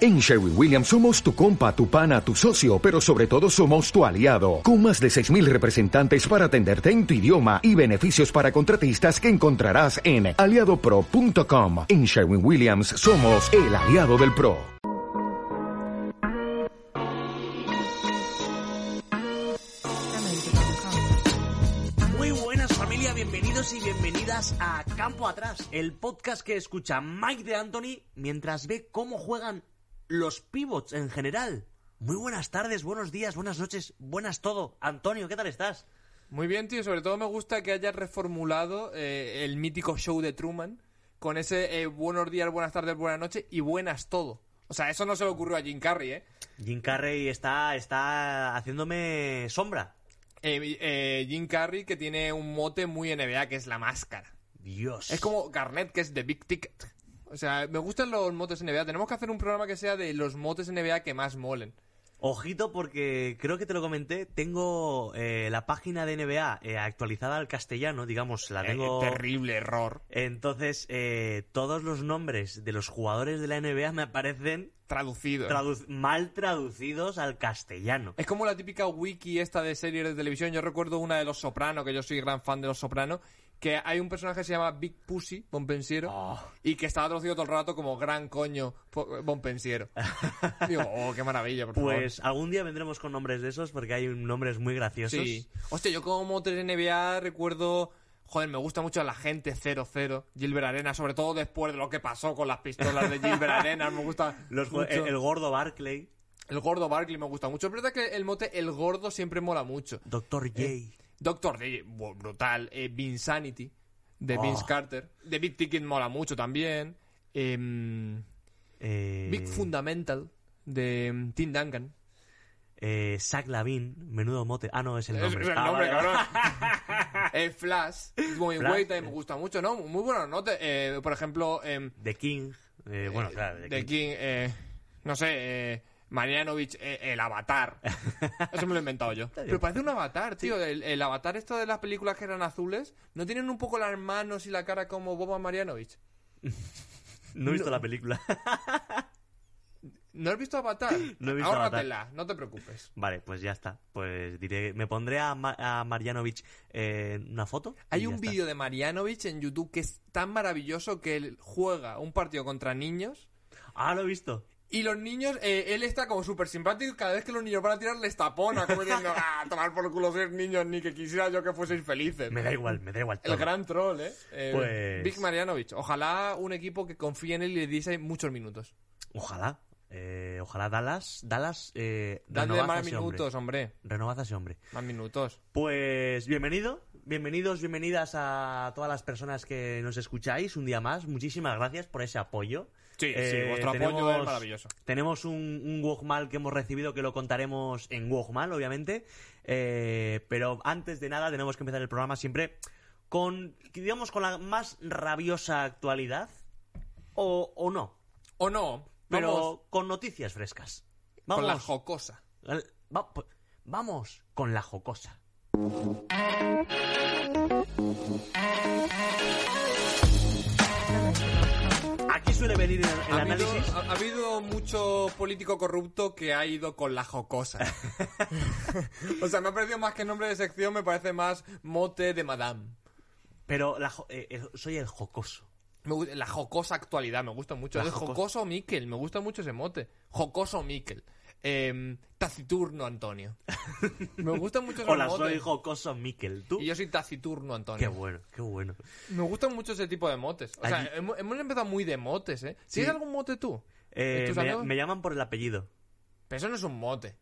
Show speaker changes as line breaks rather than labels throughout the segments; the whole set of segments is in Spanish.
En Sherwin Williams somos tu compa, tu pana, tu socio, pero sobre todo somos tu aliado, con más de 6.000 representantes para atenderte en tu idioma y beneficios para contratistas que encontrarás en aliadopro.com. En Sherwin Williams somos el aliado del PRO.
Muy buenas familia, bienvenidos y bienvenidas a Campo Atrás, el podcast que escucha Mike de Anthony mientras ve cómo juegan los pivots en general. Muy buenas tardes, buenos días, buenas noches, buenas todo. Antonio, ¿qué tal estás?
Muy bien, tío. Sobre todo me gusta que hayas reformulado eh, el mítico show de Truman con ese eh, buenos días, buenas tardes, buenas noches y buenas todo. O sea, eso no se le ocurrió a Jim Carrey, ¿eh?
Jim Carrey está, está haciéndome sombra.
Eh, eh, Jim Carrey que tiene un mote muy NBA que es la máscara.
Dios.
Es como Garnett que es The Big Ticket. O sea, me gustan los motes NBA. Tenemos que hacer un programa que sea de los motes NBA que más molen.
Ojito porque creo que te lo comenté, tengo eh, la página de NBA eh, actualizada al castellano, digamos, la
Eh,
tengo...
terrible error.
Entonces, eh, todos los nombres de los jugadores de la NBA me aparecen
Traducido.
tradu- mal traducidos al castellano.
Es como la típica wiki esta de series de televisión. Yo recuerdo una de Los Sopranos, que yo soy gran fan de Los Sopranos, que hay un personaje que se llama Big Pussy, Bonpensiero,
Ah.
y que estaba traducido todo el rato como Gran Coño, po- Bonpensiero. Digo, oh, qué maravilla, por
Pues algún día vendremos con nombres de esos porque hay un- nombres muy graciosos.
favor. Sí. Hostia, yo como motor NBA recuerdo... Joder, me gusta mucho la gente 0-0, Gilbert Arena, sobre todo después de lo que pasó con las pistolas de Gilbert Arena, me gusta
Los jue- eh,
mucho.
el, el gordo Barclay,
El gordo Barkley me gusta mucho. Es verdad que el mote El Gordo siempre mola mucho.
Doctor J.
Doctor D, bu- brutal. Eh, Vinsanity, de
Oh.
Vince Carter. The Big Ticket mola mucho también. Em,
eh,
Big Fundamental, de em, Tim Duncan.
eh, Zach Lavin, menudo mote. Ah, no, es el
Es-
nombre.
es el
Ah,
nombre,
vale, vale.
cabrón. Eh, Flash, muy
Flash,
guay, también
eh.
me gusta mucho, ¿no? Muy buena nota. Eh, por ejemplo, em,
The King. eh, bueno, claro, The
de
King.
King, eh, no sé, eh, Marianovich, eh, el avatar. Eso me lo he inventado yo. Pero parece un avatar, tío. El, el avatar esto de las películas que eran azules, ¿no tienen un poco las manos y la cara como Boba Marianovich?
No he visto la película.
¿No has visto Avatar?
No he visto
Ahórratela, no te preocupes.
vale, pues ya está. Pues diré, me pondré a, Ma- a Marjanovic eh, una foto. y
Hay
ya
un
está.
vídeo de Marianovich en YouTube que es tan maravilloso que él juega un partido contra niños
Ah, lo he visto.
y los niños, eh, él está como súper simpático y cada vez que los niños van a tirar les tapona, como diciendo, ah, tomar por culo ser niños, ni que quisiera yo que fueseis felices.
Me da igual, me da igual.
El
todo.
gran troll, ¿eh? Eh,
Pues-
Big Marianovich. Ojalá un equipo que confíe en él y le diese muchos minutos.
Ojalá. eh, ojalá Dallas, Dallas, eh,
Dadle
renovad a
más
ese hombre.
minutos, hombre.
Renovad a ese hombre.
Más minutos.
Pues bienvenido, bienvenidos, bienvenidas a todas las personas que nos escucháis un día más. Muchísimas gracias por ese apoyo. Eh,
Sí, sí, vuestro apoyo es maravilloso.
Tenemos un, un Wogmal que hemos recibido que lo contaremos en Wogmal, obviamente. Eh, pero antes de nada tenemos que empezar el programa siempre con, digamos, con la más rabiosa actualidad o, o no,
O no,
pero
vamos
con noticias frescas. Vamos,
con la jocosa.
Va- p- vamos con la jocosa. Aquí suele venir el, el
Ha habido,
análisis.
ha- ha habido mucho político corrupto que ha ido con la jocosa. o sea, me ha parecido más que nombre de sección, me parece más mote de madame.
Pero la jo- eh, eh, soy el jocoso.
Me gu- la jocosa actualidad, me gusta mucho.
La
El
jocosa.
jocoso Miquel, me gusta mucho ese mote. Jocoso Miquel. Em, taciturno Antonio. Me gusta mucho ese
Hola,
mote.
soy jocoso Miquel. ¿Tú?
Y yo soy taciturno Antonio.
Qué bueno, qué bueno.
Me gustan mucho ese tipo de motes. O sea,
Allí-
hemos, hemos empezado muy de motes, ¿eh?
Sí.
¿Tienes algún mote tú?
Eh,
¿Tus
me,
amigos?
me llaman por el apellido.
Pero eso no es un mote.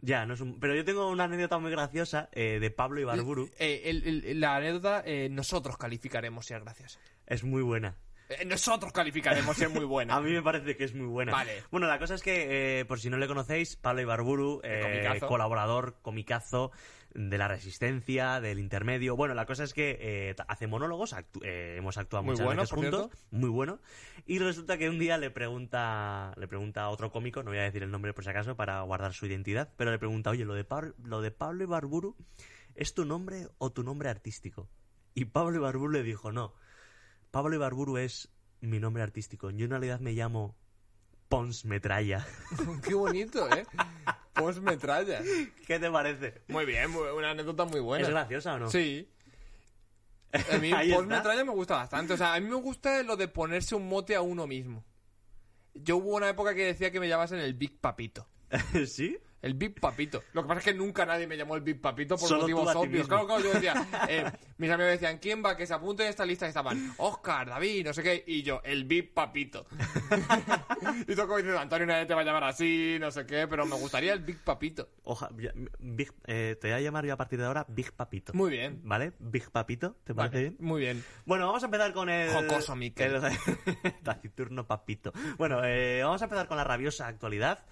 Ya, no es un- pero yo tengo una anécdota muy graciosa eh, de Pablo Ibarburu.
Eh, el- el- la anécdota, eh, nosotros calificaremos si es graciosa.
Es muy buena.
Eh, nosotros calificaremos si es muy buena.
A mí me parece que es muy buena.
Vale.
Bueno, la cosa es que, eh, por si no le conocéis, Pablo Ibarburu, eh,
comicazo.
colaborador, comicazo de la Resistencia, del Intermedio. Bueno, la cosa es que eh, ta- hace monólogos, actu- eh, hemos actuado
Muy
muchas
bueno,
veces
por
juntos,
cierto.
muy bueno. Y resulta que un día le pregunta, le pregunta a otro cómico, no voy a decir el nombre por si acaso para guardar su identidad, pero le pregunta, oye, lo de, Pab- lo de Pablo Ibarburu, ¿es tu nombre o tu nombre artístico? Y Pablo Ibarburu le dijo, no. Pablo Ibarburu es mi nombre artístico. Yo en realidad me llamo Pons Metralla.
Qué bonito, ¿eh? Post metralla.
¿Qué te parece?
Muy bien, muy- una anécdota muy buena.
¿Es graciosa o no?
Sí. A mí
Ahí
Post
está.
Metralla me gusta bastante. O sea, a mí me gusta lo de ponerse un mote a uno mismo. Yo hubo una época que decía que me llamasen el Big Papito.
¿Sí?
El Big Papito. Lo que pasa es que nunca nadie me llamó el Big Papito por
Solo tú
motivos
a ti
obvios.
mismo.
Claro, claro, yo decía, eh, mis amigos decían, ¿quién va? Que se apunte en esta lista y estaban Oscar, David, no sé qué, y yo, el Big Papito. y tú como dices, Antonio, nadie te va a llamar así, no sé qué, pero me gustaría el Big Papito.
Oja- ya- Big- eh, te voy a llamar yo a partir de ahora Big Papito.
Muy bien.
¿Vale? Big Papito, ¿te parece
Vale,
bien?
Muy bien.
Bueno, vamos a empezar con el...
Jocoso, Miquel.
el- taciturno papito. Bueno, eh, vamos a empezar con la rabiosa actualidad.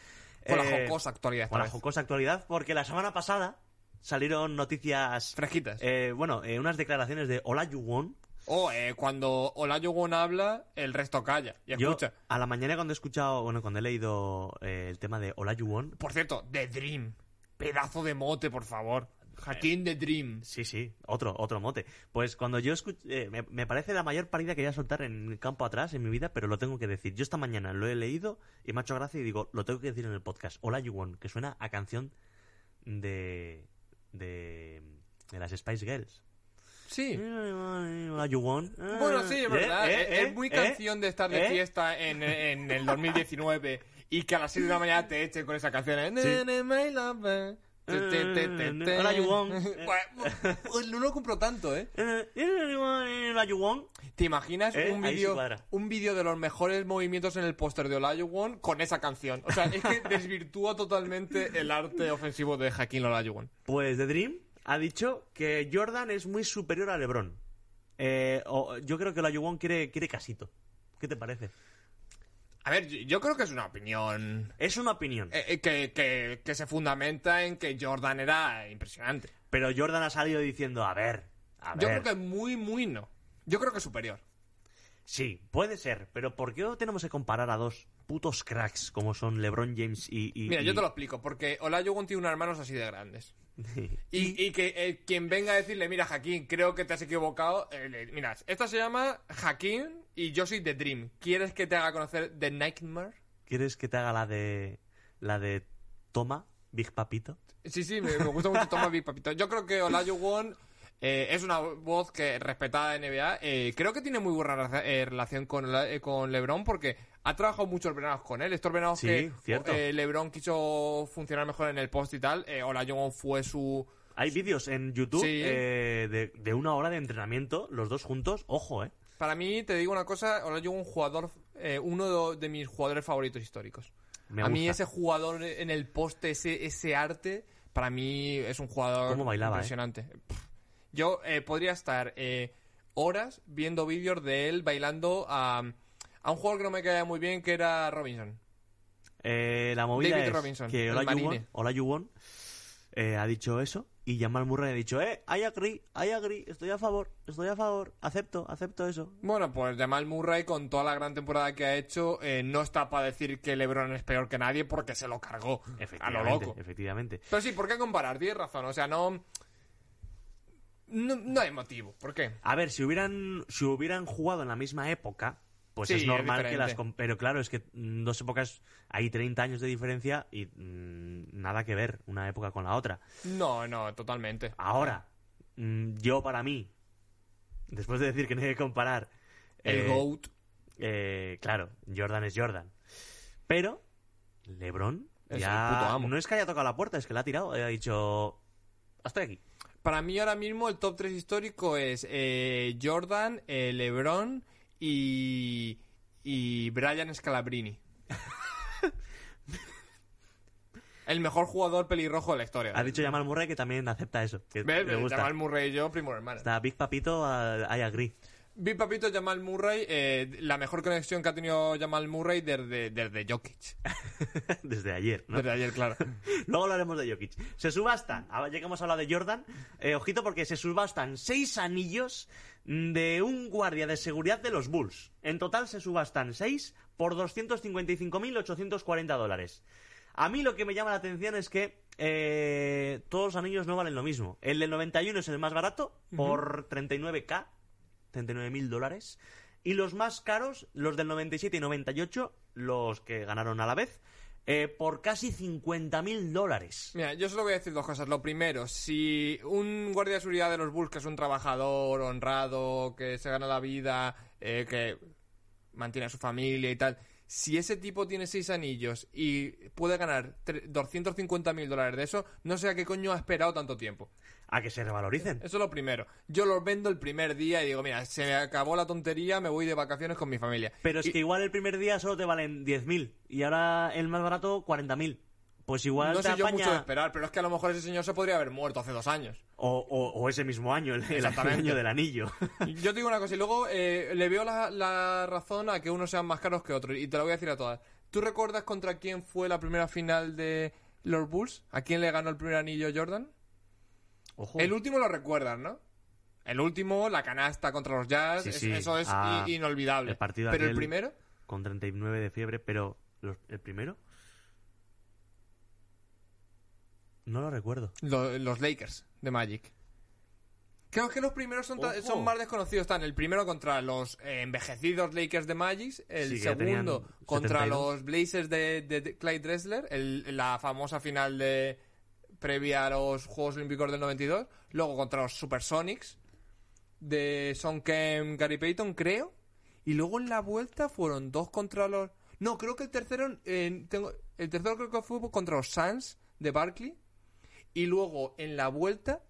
Con la
Eh,
jocosa actualidad.
Con la
esta vez.
jocosa actualidad, porque la semana pasada salieron noticias...
Fresquitas.
eh, bueno, eh, unas declaraciones de Ola Yuwon.
O eh, cuando Olajuwon habla, el resto calla y
Yo,
escucha.
a la mañana cuando he escuchado, bueno, cuando he leído eh, el tema de Ola Yuwon,
Por cierto, The Dream. Pedazo de mote, por favor. Jaquín The Dream.
sí, sí, otro, otro mote. Pues cuando yo escuché, me, me parece la mayor parida que voy a soltar en campo atrás en mi vida, pero lo tengo que decir. Yo esta mañana lo he leído y me ha hecho gracia y digo, lo tengo que decir en el podcast. Ola Yuwon, que suena a canción de, de, de las Spice Girls.
Sí.
Ola Yuwon.
Bueno, sí, es verdad.
Eh, eh,
es muy
eh,
canción de estar de
eh.
fiesta en, en el 2019 y que a las 6 de la mañana te echen con esa canción. eh,
Sí.
"Nene, my lover". Te, te, te, te, te.
Olajuwon.
Pues No lo compro tanto, ¿eh?
eh, eh, Ola Yuwon.
¿Te imaginas
Eh,
un
ahí sí
vídeo
cuadra.
un vídeo de los mejores movimientos en el póster de Olajuwon con esa canción? O sea, es que desvirtúa totalmente el arte ofensivo de Jaquín Olajuwon.
Pues The Dream ha dicho que Jordan es muy superior a LeBron. Eh, o- yo creo que la Yuwon quiere, quiere casito. ¿Qué te parece?
A ver, yo- yo creo que es una opinión
Es una opinión.
eh, eh, que, que- que se fundamenta en que Jordan era impresionante.
Pero Jordan ha salido diciendo, a ver, a
Yo
ver.
creo que muy, muy no. Yo creo que superior.
Sí, puede ser. Pero ¿por qué tenemos que comparar a dos putos cracks como son LeBron James y... y-
Mira,
y-
yo te lo explico, porque Olajuwon tiene unos hermanos así de grandes. Y, y que eh, quien venga a decirle, mira, Jaquín, creo que te has equivocado. eh, le- mira, esta se llama Jaquín y yo soy The Dream. ¿Quieres que te haga conocer The Nightmare?
¿Quieres que te haga la de... la de... Toma, Big Papito?
Sí, sí, me, me gusta mucho Thomas Big Papito. Yo creo que Olajuwon eh, es una voz que respetada en NBA. Eh, creo que tiene muy buena raza- eh, relación con, Ola- eh, con LeBron porque ha trabajado muchos veranos con él. Estos veranos
Sí,
que
cierto.
eh, LeBron quiso funcionar mejor en el post y tal, eh, Olajuwon fue su...
Hay vídeos en YouTube
Sí.
eh, de, de una hora de entrenamiento, los dos juntos. Ojo, ¿eh?
Para mí, te digo una cosa, Olajuwon un jugador, eh, uno de, de mis jugadores favoritos históricos.
Me
a mí
gusta.
ese jugador en el poste, ese, ese arte, para mí es un jugador
Cómo bailaba, eh?
impresionante. Pff, Yo eh, podría estar eh, horas viendo vídeos de él bailando a, a un jugador que no me caía muy bien, que era Robinson.
Eh, la movida
David
es
Robinson,
que
el marine.
Olajuwon, Olajuwon, eh, ha dicho eso y Jamal Murray ha dicho, eh, I agree, I agree, estoy a favor, estoy a favor, acepto, acepto eso.
Bueno, pues Jamal Murray, con toda la gran temporada que ha hecho, eh, no está para decir que LeBron es peor que nadie porque se lo cargó a lo
Efectivamente,
loco.
efectivamente.
Pero sí, ¿por qué comparar? Tienes razón, o sea, no... No, no hay motivo. ¿Por qué?
A ver, si hubieran, si hubieran jugado en la misma época, pues
Sí,
es
es
normal que las...
diferente.
com- Pero claro, es que mm, dos épocas, hay 30 años de diferencia y mm, nada que ver una época con la otra.
No, no, totalmente.
Ahora, mm, yo para mí, después de decir que no hay que comparar...
El
eh,
GOAT.
Eh, claro, Jordan es Jordan. Pero LeBron
Es
ya
el puto amo.
no es que haya tocado la puerta, es que la ha tirado. eh, Ha dicho, hasta aquí.
Para mí ahora mismo el top 3 histórico es eh, Jordan, eh, LeBron y, y Brian Scalabrini. el mejor jugador pelirrojo de la historia.
Ha dicho Jamal Murray que también acepta eso. Que
¿Ves?
le gusta.
Jamal Murray y yo, primo hermano.
Está Big Papito, ah, hay agree.
Big Papito Jamal Murray, eh, la mejor conexión que ha tenido Jamal Murray desde, desde Jokic.
Desde ayer, Ah, ¿no?
Desde ayer, claro.
Luego hablaremos de Jokic. Se subastan, ahora ya que hemos hablado de Jordan, eh, ojito porque se subastan seis anillos de un guardia de seguridad de los Bulls. En total se subastan seis por 255.840 dólares. A mí lo que me llama la atención es que eh, todos los anillos no valen lo mismo. El del 91 es el más barato por 39k, 39.000 dólares. Y los más caros, los del 97 y 98, los que ganaron a la vez, eh, por casi 50.000 dólares.
Mira, yo solo voy a decir dos cosas. Lo primero, si un guardia de seguridad de los Bulls, que es un trabajador honrado, que se gana la vida, eh, que mantiene a su familia y tal, si ese tipo tiene seis anillos y puede ganar 250.000 dólares de eso, no sé a qué coño ha esperado tanto tiempo.
A que se revaloricen.
Eso es lo primero. Yo los vendo el primer día y digo, mira, se me acabó la tontería, me voy de vacaciones con mi familia.
Pero es
Y-
que igual el primer día solo te valen 10.000 y ahora el más barato 40.000. Pues igual
no
te
sé yo mucho de
apaña...
esperar, pero es que a lo mejor ese señor se podría haber muerto hace dos años.
o, o- o ese mismo año, el, el
Exactamente.
año del anillo.
Yo te digo una cosa, y luego eh, le veo la, la razón a que unos sean más caros que otros, y te lo voy a decir a todas. ¿Tú recuerdas contra quién fue la primera final de los Bulls? ¿A quién le ganó el primer anillo Jordan?
Ojo.
El último lo recuerdas, ¿no? El último, la canasta contra los Jazz,
Sí,
es-
sí.
eso es
Ah,
i- inolvidable.
el partido
Pero el
aquel-
primero,
Con 39 de fiebre, pero... los- ¿El primero? No lo recuerdo.
lo- los Lakers de Magic. Creo que los primeros son, ta-
Ojo.
son más desconocidos. Están el primero contra los eh, envejecidos Lakers de Magic, el
Sí, que ya tenían
segundo contra
72.
los Blazers de, de- de Clyde Dressler, el- la famosa final de previa a los Juegos Olímpicos del 92, luego contra los Supersonics de Son Kem, Gary Payton, creo, y luego en la vuelta fueron dos contra los... No, creo que el tercero, eh, tengo- el tercero creo que fue contra los Suns de Barkley, y luego en la vuelta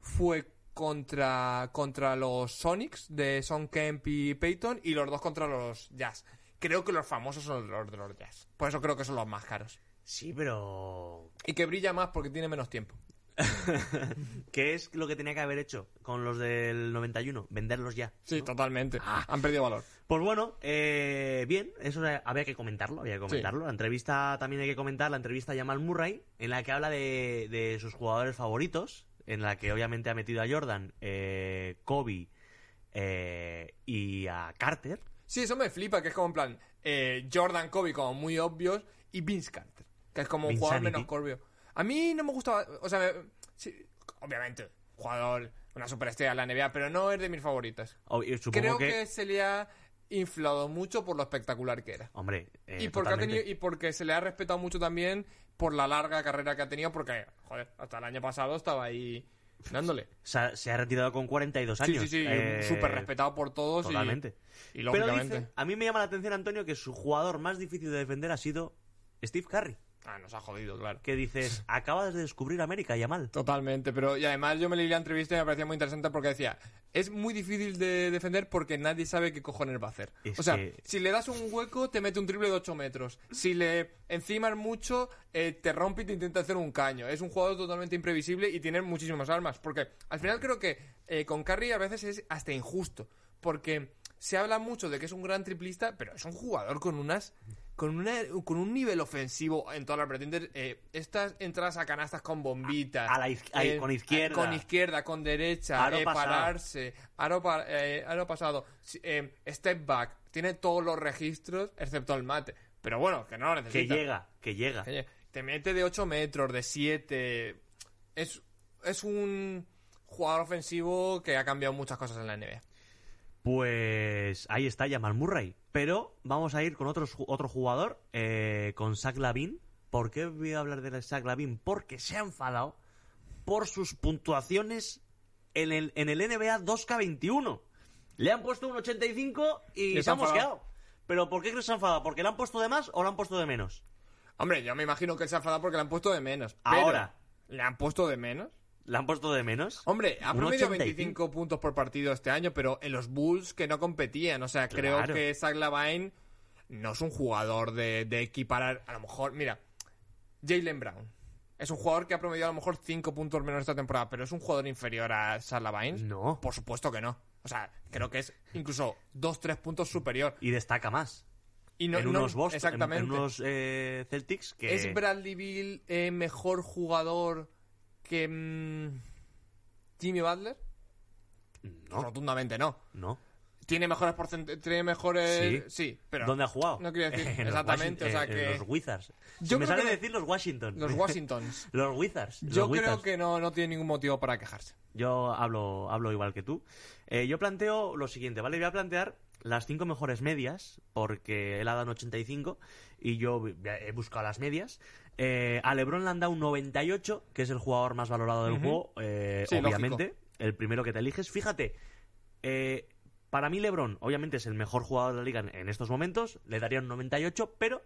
fue contra, contra los Sonics de Son Kemp y Peyton y los dos contra los Jazz. Creo que los famosos son los de los Jazz. Por eso creo que son los más caros.
Sí, pero...
Y que brilla más porque tiene menos tiempo.
¿Qué es lo que tenía que haber hecho con los del 91? Venderlos ya.
Sí,
¿no?
totalmente. Han perdido valor.
Pues bueno, eh, bien, eso era- había que comentarlo, había que comentarlo. La entrevista también hay que comentar, la entrevista a Jamal Murray, en la que habla de, de sus jugadores favoritos, en la que obviamente ha metido a Jordan, eh, Kobe eh, y a Carter.
Sí, eso me flipa, que es como en plan eh, Jordan, Kobe como muy obvios y Vince Carter, que es como un
Vince
jugador
Sanity.
menos corbio. A mí no me gustaba, o sea, me- sí, obviamente, jugador, una superestrella en la NBA, pero no es de mis favoritas.
O- y
Creo
supongo
que... se le ha inflado mucho por lo espectacular que era.
Hombre, eh,
y, porque ha
totalmente.
tenido- y porque se le ha respetado mucho también por la larga carrera que ha tenido, porque, joder, hasta el año pasado estaba ahí dándole.
se, ha, se ha retirado con 42 años.
sí, sí, sí,
eh,
súper respetado por todos. y-
Totalmente.
Y,
Pero
lógicamente.
dice, a mí me llama la atención, Antonio, que su jugador más difícil de defender ha sido Steve Curry.
Ah, nos ha jodido, claro.
Que dices, acabas de descubrir América, Yamal.
Totalmente, pero y además yo me leí la entrevista y me parecía muy interesante porque decía, es muy difícil de defender porque nadie sabe qué cojones va a hacer.
Es
o sea,
que-
si le das un hueco te mete un triple de 8 metros, si le encimas mucho eh, te rompe y te intenta hacer un caño. Es un jugador totalmente imprevisible y tiene muchísimas armas, porque al final creo que eh, con Curry a veces es hasta injusto, porque se habla mucho de que es un gran triplista, pero es un jugador con unas con, una- con un nivel ofensivo en todas las vertientes. eh, estas entradas a canastas con bombitas.
A la iz- a- con izquierda.
Eh, Con izquierda, con derecha.
Aro
eh,
pasado.
pararse. Aro, pa- eh, aro pasado. si- eh, step back. Tiene todos los registros, excepto el mate. Pero bueno, que no
Que
lo necesita.
llega, que llega.
Oye, Te mete de 8 metros, de 7. Es, es un jugador ofensivo que ha cambiado muchas cosas en la NBA.
Pues ahí está Jamal Murray. Pero vamos a ir con otros, ju- otro jugador, eh, con Zach Lavin. ¿Por qué voy a hablar de Zach Lavin? Porque se ha enfadado por sus puntuaciones en el, en el NBA 2K21. Le han puesto un 85
Y
y
se
se
ha
ha
enfadado.
mosqueado. ¿Pero por qué crees que se ha enfadado? ¿Porque le han puesto de más o le han puesto de menos?
Hombre, yo me imagino que él se ha enfadado porque le han puesto de menos.
Ahora.
Pero, ¿Le han puesto de menos?
¿Le han puesto de menos?
Hombre, ha
Un
promediado
85.
25 puntos por partido este año, pero en los Bulls que no competían. O sea,
Claro.
creo que Zach Lavine no es un jugador de, de equiparar. A lo mejor, mira, Jalen Brown. Es un jugador que ha promediado a lo mejor 5 puntos menos esta temporada, pero es un jugador inferior a Zach Lavine.
No.
Por supuesto que no. O sea, creo que es incluso 2-3 puntos superior.
Y destaca más.
Y no,
en
no-
unos Boston, en-
exactamente.
en, unos eh, Celtics que...
¿Es Bradley Bill eh, mejor jugador que mm, Jimmy Butler?
No,
Rotundamente no.
no.
Tiene mejores porcentajes. Tiene mejores. Sí, pero.
¿Dónde ha jugado?
No quiero decir.
En los
exactamente. O sea
Washington- eh,
que.
en los Wizards.
Yo
Si me
creo
sale
que-
decir los Washington.
Los Washingtons.
Los Wizards. los
Yo creo
Wizards.
que no, no tiene ningún motivo para quejarse.
Yo hablo, hablo igual que tú. Eh, yo planteo lo siguiente, ¿vale? Voy a plantear las cinco mejores medias, porque él ha dado un 85 y yo he buscado las medias. Eh, a LeBron le han dado un 98, que es el jugador más valorado del
Ujú.
juego, eh,
Sí,
obviamente.
lógico.
El primero que te eliges. Fíjate, eh, para mí LeBron, obviamente, es el mejor jugador de la liga en, en estos momentos. Le daría un 98, pero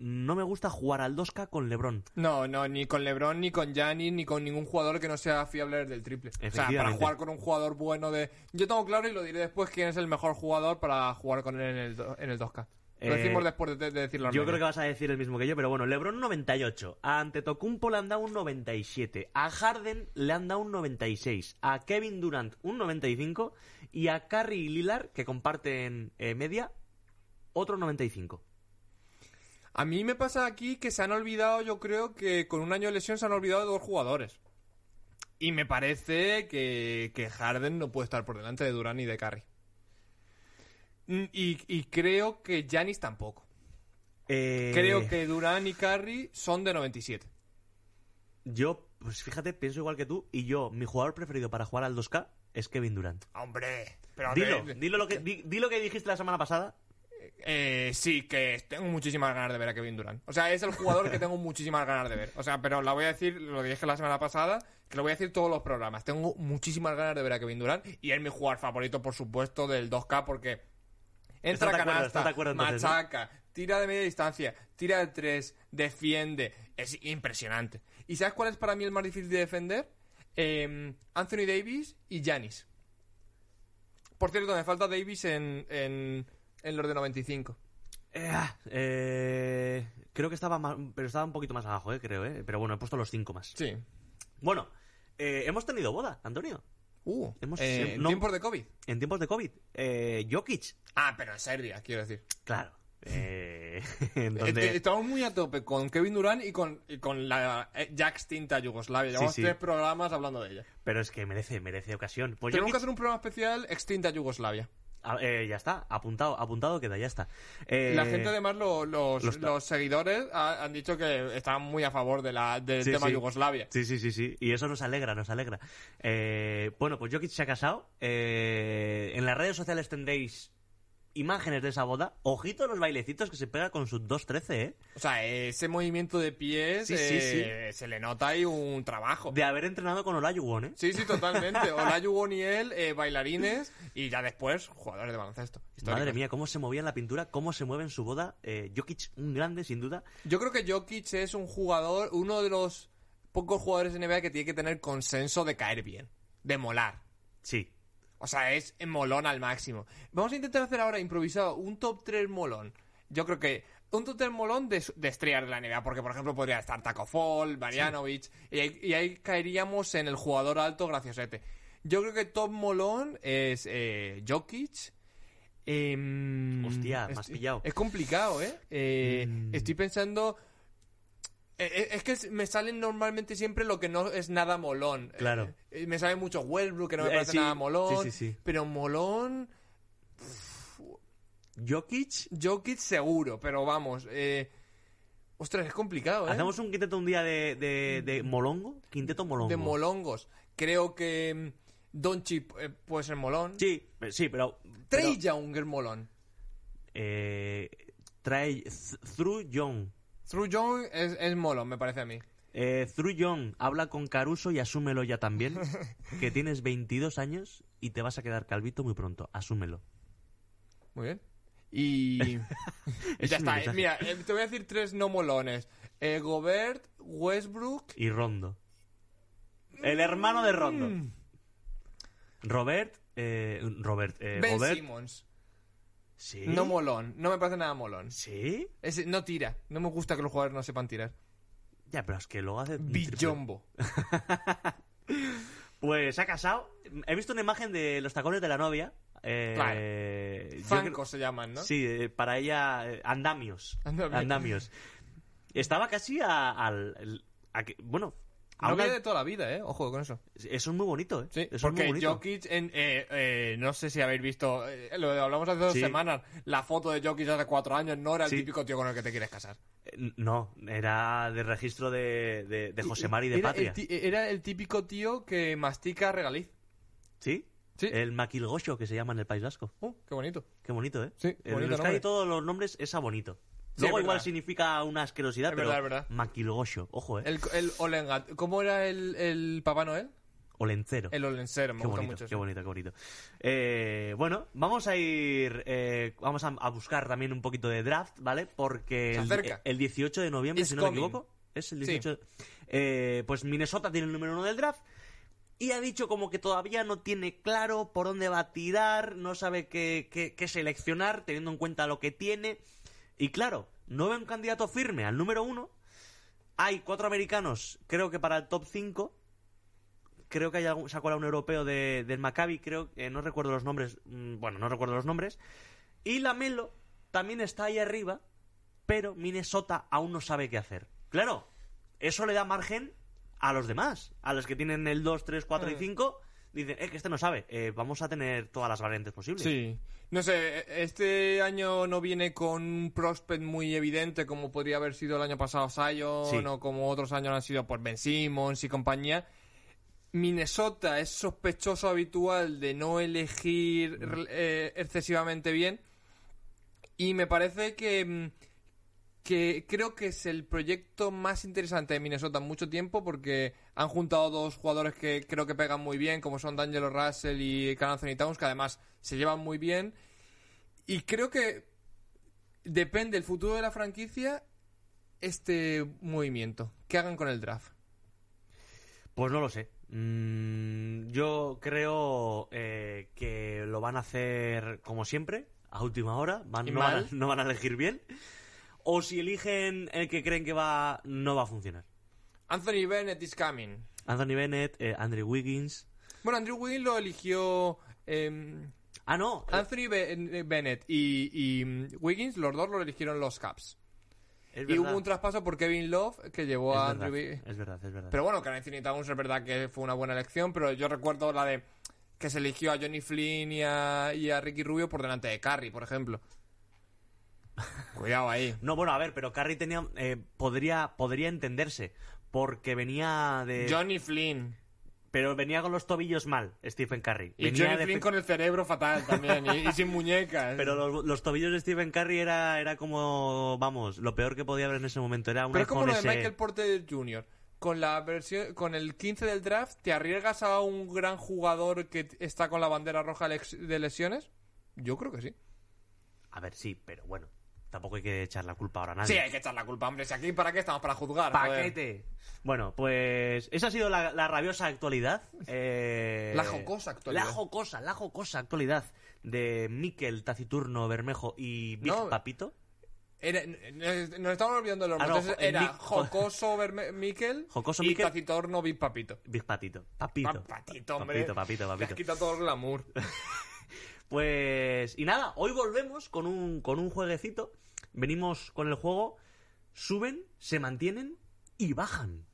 no me gusta jugar al 2K con LeBron.
No, no, ni con LeBron, ni con Giannis, ni con ningún jugador que no sea fiable del triple. O sea, para
Efectivamente.
jugar con un jugador bueno de... Yo tengo claro y lo diré después quién es el mejor jugador para jugar con él en el, do- en el 2K. Lo
Eh,
decimos después de, de decir la
Yo
media.
creo que vas a decir el mismo que yo, pero bueno, LeBron 98, a Antetokounmpo le han dado un 97, a Harden le han dado un 96, a Kevin Durant un 95 y a Curry y Lillard, que comparten eh, media, otro 95.
A mí me pasa aquí que se han olvidado, yo creo que con un año de lesión se han olvidado de dos jugadores. Y me parece que, que Harden no puede estar por delante de Durán y de Curry. Mm, Y, y creo que Giannis tampoco.
Eh,
Creo que Durán y Curry son de 97.
Yo, pues fíjate, pienso igual que tú y yo, mi jugador preferido para jugar al 2K es Kevin Durant.
Hombre, pero eh,
Dilo,
de-
dilo lo que, di- di lo que dijiste la semana pasada.
Eh, sí, que tengo muchísimas ganas de ver a Kevin Durant. O sea, es el jugador que tengo muchísimas ganas de ver. O sea, pero la voy a decir, lo dije la semana pasada, que lo voy a decir todos los programas. Tengo muchísimas ganas de ver a Kevin Durant y es mi jugador favorito, por supuesto, del 2K porque entra
Estás de acuerdo,
canasta,
estás de acuerdo entonces, ¿no?
machaca, tira de media distancia, tira de tres, defiende. Es impresionante. ¿Y sabes cuál es para mí el más difícil de defender? Eh, Anthony Davis y Giannis. Por cierto, me falta Davis en, en, en los de 95.
Eh, ah, eh, creo que estaba más, pero estaba un poquito más abajo, eh, creo, eh. Pero bueno, he puesto los cinco más.
Sí.
Bueno, eh, hemos tenido boda, Antonio,
Uh,
Hemos-
eh, en
no-
tiempos de COVID.
en tiempos de COVID. Eh, Jokic,
Ah, pero en Serbia, quiero decir.
claro. Eh, en
Eh,
donde-
eh, Estamos muy a tope con Kevin Durant y con, y con la eh, ya extinta Yugoslavia. Llevamos
sí.
tres programas hablando de ella.
pero es que merece, merece ocasión. Pues
Tenemos
Jokic-
que hacer un programa especial extinta Yugoslavia.
ah, eh, ya está, apuntado, apuntado queda, ya está. Eh,
la gente, además, lo- los,
los-
los seguidores ha- han dicho que están muy a favor de la, del
Sí,
tema
sí.
Yugoslavia.
Sí, sí, sí, sí. Y eso nos alegra, nos alegra. Eh, bueno, pues Jokic se ha casado. Eh, en las redes sociales tendréis imágenes de esa boda. Ojito a los bailecitos que se pega con sus 2.13, ¿eh?
O sea, ese movimiento de pies
Sí, sí,
eh, se le nota ahí un trabajo.
De haber entrenado con Olajuwon, ¿eh?
Sí, sí, totalmente. Olajuwon y él, eh, bailarines y ya después jugadores de baloncesto. Históricos.
Madre mía, cómo se movía en la pintura, cómo se mueve en su boda. Eh, Jokic, un grande, sin duda.
Yo creo que Jokic es un jugador, uno de los pocos jugadores de NBA que tiene que tener consenso de caer bien, de molar.
Sí.
O sea, es molón al máximo. Vamos a intentar hacer ahora improvisado un top 3 molón. Yo creo que un top 3 molón de, su- de estrellas de la NBA, porque por ejemplo podría estar Taco Fall, Marianovic, y, ahí, y ahí caeríamos en el jugador alto graciosete. Yo creo que top molón es eh, Jokic. em,
Hostia, me has
estoy-
pillado.
Es complicado, ¿eh? Eh,
Mm.
Estoy pensando... eh, eh, Es que es- me salen normalmente siempre lo que no es nada molón.
Claro.
Eh, eh, Me sale mucho Westbrook, que no me
Eh,
parece
sí,
nada molón.
sí, sí, sí.
Pero molón, ¿Eh?
Jokic.
Jokic seguro, pero vamos. Eh, ostras, es complicado, ¿eh?
Hacemos un quinteto un día de, de- de Molongo. Quinteto Molongo.
De molongos. Creo que mm, Doncic eh, puede ser molón.
Sí, eh, sí, pero. pero,
Trey Young es molón.
eh, trae. th- Through Young.
True Young es, es molón, me parece a mí.
Eh, Thru Young, habla con Caruso y asúmelo ya también. que tienes 22 años y te vas a quedar calvito muy pronto. Asúmelo.
Muy bien. Y. y
Ese es mi
ya está. eh,
mensaje.
mira, eh, te voy a decir tres no molones: Eh, Gobert, Westbrook
Y Rondo. Mm. El hermano de Rondo. Robert. eh, Robert. eh,
Ben
Robert.
Simmons.
Sí.
No molón. No me parece nada molón.
sí.
Ese no tira. No me gusta que los jugadores no sepan tirar.
Ya, pero es que luego hace. un triple.
Billombo.
Pues se ha casado. He visto una imagen de los tacones de la novia. Eh,
Claro.
yo creo-
Zancos se llaman, ¿no?
Sí, eh, para ella, eh, andamios.
Andamios.
Andamios. Estaba casi a- al. a que- bueno, a
Novia
una-
de toda la vida, ¿eh? Ojo con eso.
eso es muy bonito, ¿eh?
Sí,
eso es muy
porque
bonito.
Jokic, en, eh, eh, no sé si habéis visto, eh, lo hablamos hace dos
Sí.
semanas, la foto de Jokic hace cuatro años no era el
Sí.
típico tío con el que te quieres casar.
Eh, No, era de registro de, de, de José Mari de
era
Patria.
El, ti- era el típico tío que mastica regaliz.
¿Sí?
Sí.
El maquilgocho que se llama en el País Vasco.
Uh, qué bonito.
Qué bonito, ¿eh?
Sí,
en
bonito
Euskadi
nombre.
todos los nombres es a bonito.
Sí,
Luego
es
igual
verdad.
significa una asquerosidad,
Es
pero
verdad, es verdad.
maquilgocho, ojo, ¿eh?
El, el Olengat. ¿Cómo era el, el Papá Noel?
Olencero.
El Olencero, me
Qué
gusta
bonito,
mucho.
qué
eso.
bonito, qué bonito. Eh, bueno, vamos a ir. eh, vamos a, a buscar también un poquito de draft, ¿vale? Porque
Se
el,
acerca.
el 18 de noviembre,
It's
si no me
coming.
equivoco. Es el
Sí.
18. Eh, pues Minnesota tiene el número uno del draft. Y ha dicho como que todavía no tiene claro por dónde va a tirar, no sabe qué, qué- qué seleccionar, teniendo en cuenta lo que tiene. Y claro, no ve un candidato firme al número uno. Hay cuatro americanos, creo que para el top 5. Creo que hay algún, se ha colado un europeo de- del Maccabi, creo que no recuerdo los nombres. mm, Bueno, no recuerdo los nombres. Y Lamelo también está ahí arriba, pero Minnesota aún no sabe qué hacer. Claro, eso le da margen a los demás, a los que tienen el 2, 3, 4 y
Mm.
5. Dicen, eh, que este no sabe, eh, vamos a tener todas las variantes posibles.
Sí. No sé, este año no viene con un prospect muy evidente como podría haber sido el año pasado Zion
Sí.
o como otros años han sido por Ben Simmons y compañía. Minnesota es sospechoso habitual de no elegir eh, excesivamente bien y me parece que, mm, que creo que es el proyecto más interesante de Minnesota en mucho tiempo porque han juntado dos jugadores que creo que pegan muy bien, como son D'Angelo Russell y Carl Anthony Towns, que además se llevan muy bien. Y creo que depende el futuro de la franquicia este movimiento que hagan con el draft.
Pues no lo sé. Mm, yo creo eh, que lo van a hacer como siempre, a última hora. Van-
¿Y
no, van a,
mal?
no van a elegir bien. O si eligen el que creen que va, no va a funcionar.
Anthony Bennett is coming.
Anthony Bennett, eh, Andrew Wiggins.
Bueno, Andrew Wiggins lo eligió em,
Ah, no.
Anthony Be- eh, Bennett y, y, mm, Wiggins, los dos lo eligieron los Caps.
es
Y
verdad.
hubo un traspaso por Kevin Love que llevó
es
a
verdad,
Andrew Wiggins.
es verdad, es verdad.
Pero bueno, que Anthony Towns es verdad que fue una buena elección, pero yo recuerdo la de que se eligió a Johnny Flynn y a, y a Ricky Rubio por delante de Curry, por ejemplo. Cuidado ahí.
No, bueno, a ver, pero Curry tenía, eh, podría, podría entenderse. Porque venía de.
Johnny Flynn.
Pero venía con los tobillos mal, Stephen Curry.
Y
Venía
Johnny
de-
Flynn con el cerebro fatal también, y, y sin muñecas.
Pero los, los tobillos de Stephen Curry era, era como, vamos, lo peor que podía haber en ese momento. Era un
Pero es como
iPhone
lo de
SE.
Michael Porter Jr. Con la versión, con el 15 del draft, ¿te arriesgas a un gran jugador que t- está con la bandera roja lex- de lesiones? Yo creo que sí.
A ver, sí, pero bueno, tampoco hay que echar la culpa ahora a
Sí,
nadie.
hay que echar la culpa, hombre. Si aquí para qué estamos para juzgar. joder.
¡Paquete! Bueno, pues esa ha sido la, la rabiosa actualidad. eh,
La jocosa actualidad.
La jocosa, la jocosa actualidad de Miquel Taciturno Bermejo y Big
No.
Papito.
Era- nos nos estamos olvidando de los
Ah, no,
nombres.
jo-
Entonces,
el
era
Mic- jo-
Jocoso Verme- Miquel
Jocoso
y
Miquel.
Tacitorno Big Papito.
Big Patito. Papito.
Papito, hombre.
Papito, papito,
Le has
papito.
quitado todo el glamour.
Pues. Y nada, hoy volvemos con un, con un jueguecito. Venimos con el juego. Suben, se mantienen y bajan.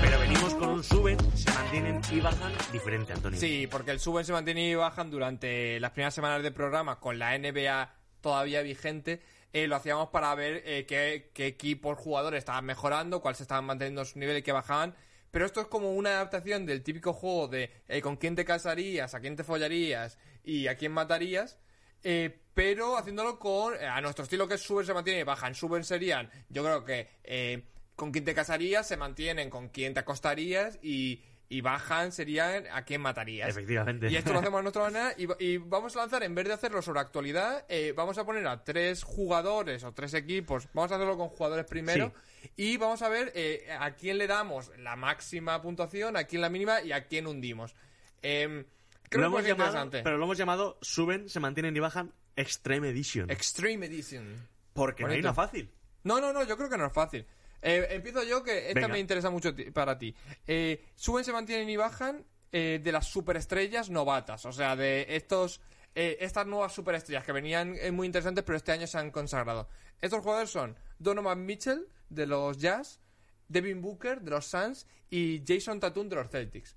Pero venimos con un suben, se mantienen y bajan diferente, Antonio.
Sí, porque el suben se mantiene y bajan durante las primeras semanas del programa con la NBA todavía vigente. eh, lo hacíamos para ver eh, qué, qué equipos jugadores estaban mejorando, cuáles estaban manteniendo su nivel y qué bajaban. Pero esto es como una adaptación del típico juego de eh, con quién te casarías, a quién te follarías y a quién matarías. eh, pero haciéndolo con eh, a nuestro estilo que es suben se mantiene y bajan. Suben serían, yo creo que eh, con quién te casarías, se mantienen con quién te acostarías y, y bajan serían a quién matarías.
Efectivamente.
Y esto lo hacemos a nuestra manera y, va- y vamos a lanzar, en vez de hacerlo sobre actualidad, eh, vamos a poner a tres jugadores o tres equipos, vamos a hacerlo con jugadores primero y vamos a ver eh, a quién le damos la máxima puntuación, a quién la mínima y a quién hundimos. Em, creo
Lo hemos
que es
llamado,
interesante.
pero lo hemos llamado Suben, se mantienen y bajan Extreme Edition.
Extreme Edition.
Porque no hay
bonito.
una fácil.
No, no, no, yo creo que no es fácil. Eh, empiezo yo, que esta
Venga.
me interesa mucho ti- para ti. Eh, suben, se mantienen y bajan eh, de las superestrellas novatas. O sea, de estos eh, estas nuevas superestrellas que venían eh, muy interesantes, pero este año se han consagrado. Estos jugadores son Donovan Mitchell, de los Jazz, Devin Booker, de los Suns, y Jason Tatum, de los Celtics.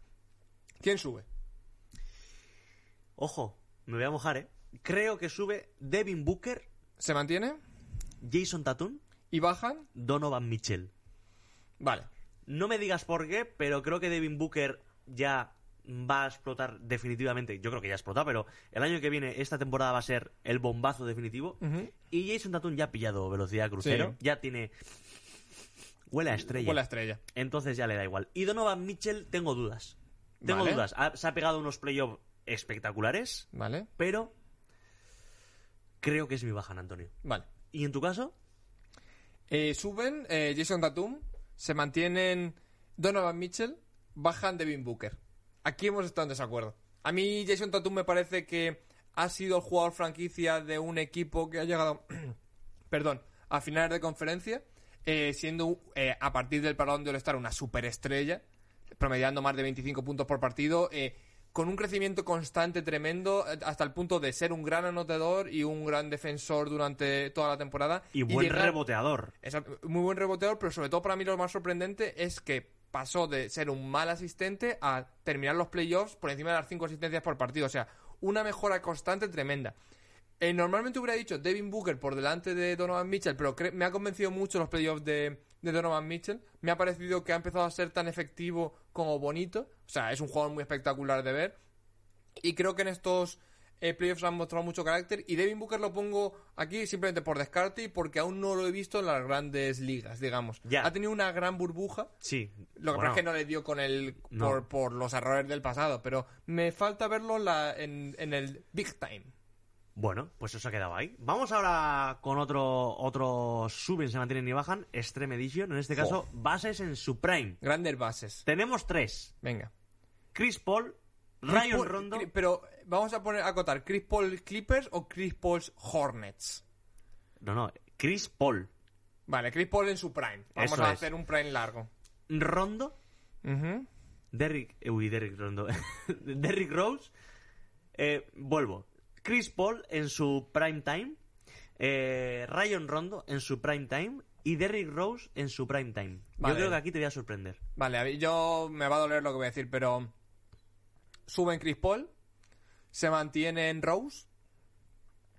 ¿Quién sube?
Ojo, me voy a mojar, ¿eh? Creo que sube Devin Booker,
¿Se mantiene?
Jason Tatum,
¿Y bajan?
Donovan Mitchell.
Vale.
No me digas por qué, pero creo que Devin Booker ya va a explotar definitivamente. Yo creo que ya explota, pero el año que viene, esta temporada va a ser el bombazo definitivo.
Ujú.
Y Jason Tatum ya ha pillado velocidad crucero.
Sí.
Ya tiene. Huele a estrella.
Con pues la estrella.
Entonces ya le da igual. Y Donovan Mitchell, tengo dudas. Tengo
Vale.
dudas. Ha- se ha pegado unos playoffs espectaculares,
¿Vale?
pero. Creo que es mi baja, Antonio.
Vale.
¿Y en tu caso?
Eh, suben eh, Jason Tatum, se mantienen Donovan Mitchell, bajan Devin Booker. Aquí hemos estado en desacuerdo. A mí Jason Tatum me parece que ha sido el jugador franquicia de un equipo que ha llegado, perdón, a finales de conferencia, eh, siendo eh, a partir del parón de All-Star una superestrella, promediando más de 25 puntos por partido, eh, con un crecimiento constante tremendo, eh, hasta el punto de ser un gran anotador y un gran defensor durante toda la temporada.
Y buen
llegar-
reboteador.
es muy buen reboteador, pero sobre todo para mí lo más sorprendente es que pasó de ser un mal asistente a terminar los playoffs por encima de las cinco asistencias por partido. O sea, una mejora constante tremenda. Eh, normalmente hubiera dicho Devin Booker por delante de Donovan Mitchell, pero cre- me ha convencido mucho los playoffs de, de Donovan Mitchell. Me ha parecido que ha empezado a ser tan efectivo como bonito. O sea, es un jugador muy espectacular de ver. Y creo que en estos eh, playoffs han mostrado mucho carácter. Y Devin Booker lo pongo aquí simplemente por descarte y porque aún no lo he visto en las grandes ligas, digamos.
Ya.
Ha tenido una gran burbuja.
Sí.
Lo que pasa
Bueno,
es que no le dio con el
No.
por, por los errores del pasado, pero me falta verlo la- en, en el big time.
Bueno, pues eso ha quedado ahí. Vamos ahora con otro, otro suben, se mantienen y bajan, Extreme Edition, en este caso, bases en su prime.
Grandes bases.
Tenemos tres.
Venga.
Chris Paul,
Chris
Ryan
Paul-
Rondo...
Cri- Pero vamos a poner a acotar Chris Paul Clippers o Chris Paul Hornets.
No, no, Chris Paul,
Vale, Chris Paul en su prime. Vamos
Eso
a
es.
hacer un prime largo.
Rondo,
Ujú.
Derrick... Uy, Derrick Rondo. Derrick Rose. Eh, vuelvo. Chris Paul en su prime time. eh, Ryan Rondo en su prime time. Y Derrick Rose en su prime time.
Vale.
Yo creo que aquí te voy a sorprender.
Vale, a mí- yo me va a doler lo que voy a decir, pero suben Chris Paul, se mantienen Rose,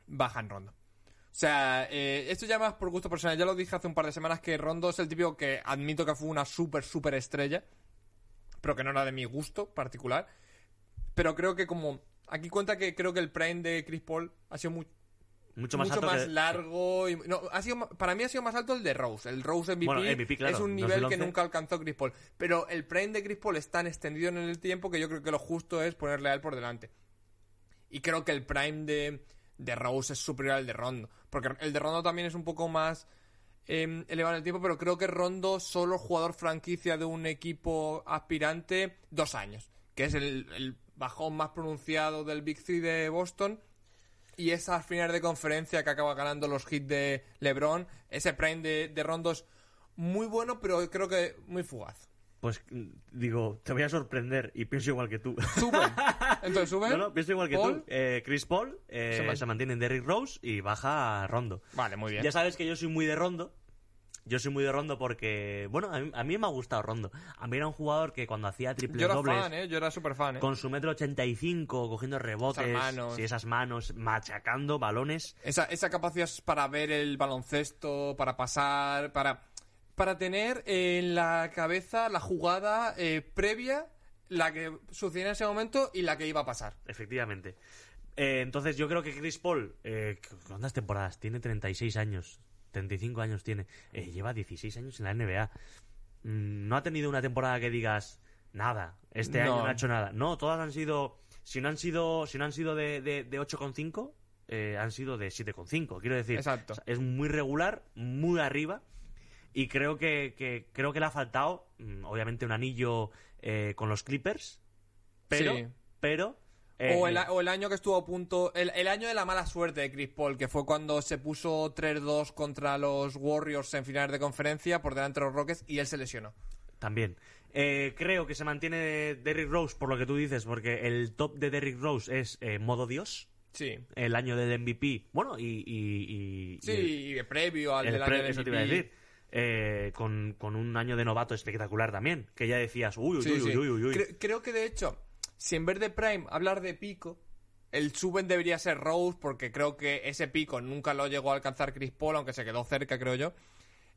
bajan Rondo. O sea, eh, esto ya más por gusto personal. Ya lo dije hace un par de semanas que Rondo es el típico que admito que fue una súper, súper estrella, pero que no era de mi gusto particular. Pero creo que como... Aquí cuenta que creo que el prime de Chris Paul ha sido muy,
Mucho más
mucho
alto
más
que-
largo. y- no, ha sido, ma- para mí ha sido más alto el de Rose. El Rose MVP,
Bueno, MVP, claro,
es un nivel que
2011.
nunca alcanzó Chris Paul. Pero el prime de Chris Paul es tan extendido en el tiempo que yo creo que lo justo es ponerle a él por delante. Y creo que el prime de, de Rose es superior al de Rondo. Porque el de Rondo también es un poco más eh, elevado en el tiempo, pero creo que Rondo solo es jugador franquicia de un equipo aspirante dos años. Que es el, el bajón más pronunciado del Big Three de Boston. Y esas finales de conferencia que acaba ganando los hits de LeBron, ese prime de, de Rondo es muy bueno, pero creo que muy fugaz.
Pues mm, digo, te voy a sorprender y pienso igual que tú.
Suben. Entonces suben.
No, no, pienso igual que
Paul.
tú. Eh, Chris Paul eh,
Se
se,
man-
mantiene en Derrick Rose y baja a Rondo.
Vale, muy bien.
Ya sabes que yo soy muy de Rondo. Yo soy muy de Rondo porque, bueno, a mí, a mí me ha gustado Rondo. A mí era un jugador que cuando hacía triples
Yo era
dobles,
fan, ¿eh? Yo era súper fan, ¿eh?
con su metro 85, cogiendo rebotes,
Esas manos.
sí, esas manos, machacando balones.
Esa, esa capacidad para ver el baloncesto, para pasar, para, para tener en la cabeza la jugada eh, previa, la que sucedía en ese momento y la que iba a pasar.
Efectivamente. Eh, entonces yo creo que Chris Paul, eh, ¿cuántas temporadas? Tiene 36 años, 35 años tiene, Eh, lleva 16 años en la NBA. Mm, No ha tenido una temporada que digas nada, este
No.
año no ha hecho nada. No, todas han sido, si no han sido, si no han sido de, de, de 8,5, eh, han sido de 7,5, quiero decir.
Exacto.
O sea, Es muy regular, muy arriba. Y creo que, que- creo que le ha faltado, mm, obviamente, un anillo eh, con los Clippers. Pero,
Sí.
pero
o,
eh,
el, a- o el año que estuvo a punto. El, el año de la mala suerte de Chris Paul, que fue cuando se puso 3-2 contra los Warriors en finales de conferencia por delante de los Rockets y él se lesionó.
También. Eh, creo que se mantiene Derrick Rose por lo que tú dices, porque el top de Derrick Rose es eh, modo Dios,
Sí.
el año del MVP. Bueno, y. y- y-
Sí,
y
y previo al
el- el
del
pre-
año del
eso te iba a
MVP.
decir. Eh, con, con un año de novato espectacular también, que ya decías, uy, uy,
Sí,
uy,
sí.
uy, uy, uy.
Cre- creo que de hecho, si en vez de Prime hablar de pico, el suben debería ser Rose, porque creo que ese pico nunca lo llegó a alcanzar Chris Paul, aunque se quedó cerca, creo yo.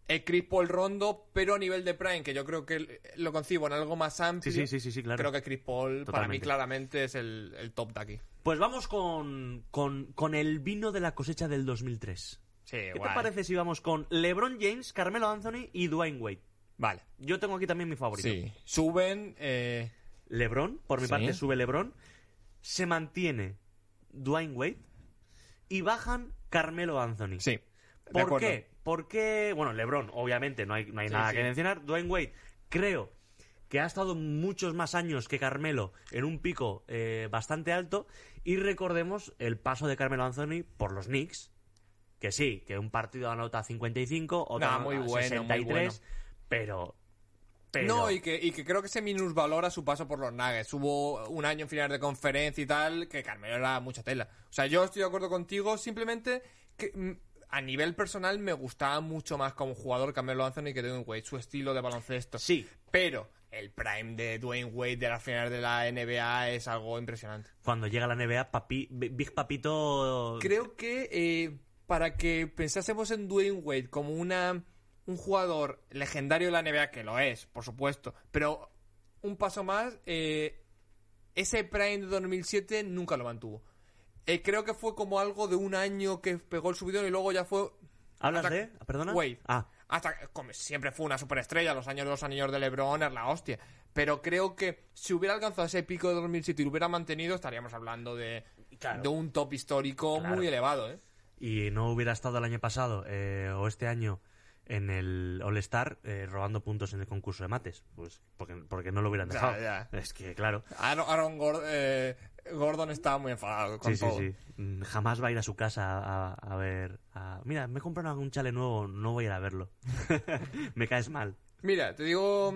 el Chris Paul rondo, pero a nivel de Prime, que yo creo que lo concibo en algo más
Sí,
amplio.
sí, sí, sí, sí, claro.
Creo que Chris Paul, para mí,
Totalmente.
claramente es el, el top de aquí.
Pues vamos con, con, con el vino de la cosecha del 2003.
Sí,
¿Qué te
guay.
parece si vamos con LeBron James, Carmelo Anthony y Dwayne Wade?
Vale.
Yo tengo aquí también mi favorito.
Sí. Suben. eh,
LeBron, por mi
Sí.
parte sube LeBron, se mantiene Dwayne Wade y bajan Carmelo Anthony.
sí. de
¿Por
acuerdo.
qué? Porque, bueno, LeBron, obviamente, no hay, no hay
Sí,
nada
sí.
que mencionar. Dwayne Wade, creo que ha estado muchos más años que Carmelo en un pico eh, bastante alto. Y recordemos el paso de Carmelo Anthony por los Knicks, que sí, que un partido anota 55, otro
Nah,
anota
muy bueno, muy
63,
bueno.
pero... pero
No, y que, y que creo que se minusvalora su paso por los Nuggets. Hubo un año en final de conferencia y tal, que Carmelo era mucha tela. O sea, yo estoy de acuerdo contigo, simplemente que mm, a nivel personal me gustaba mucho más como jugador Carmelo Anthony que Dwayne Wade, su estilo de baloncesto.
Sí,
Pero el prime de Dwayne Wade de la final de la NBA es algo impresionante.
cuando llega la NBA, papi, Big Papito...
Creo que eh, para que pensásemos en Dwayne Wade como una un jugador legendario de la NBA, que lo es, por supuesto, pero un paso más, eh, ese Prime de 2007 nunca lo mantuvo. Eh, creo que fue como algo de un año que pegó el subidón y luego ya fue
¿Hablas
Atac-
de...? ¿Perdona?
Wade.
Ah,
hasta como siempre fue una superestrella, los años de los anillos de LeBron es la hostia. Pero creo que si hubiera alcanzado ese pico de 2007 y lo hubiera mantenido, estaríamos hablando de,
Claro.
de un top histórico
Claro.
muy elevado. ¿eh?
y no hubiera estado el año pasado eh, o este año en el All-Star eh, robando puntos en el concurso de mates, pues porque, porque no lo hubieran
Ya,
dejado.
ya.
Es que, claro.
Aaron, Aaron Gord- eh, Gordon está muy enfadado con
Sí, sí,
todo.
sí. Mm, Jamás va a ir a su casa a, a ver. a- Mira, me he comprado un chale nuevo, no voy a ir a verlo. me caes mal.
Mira, te digo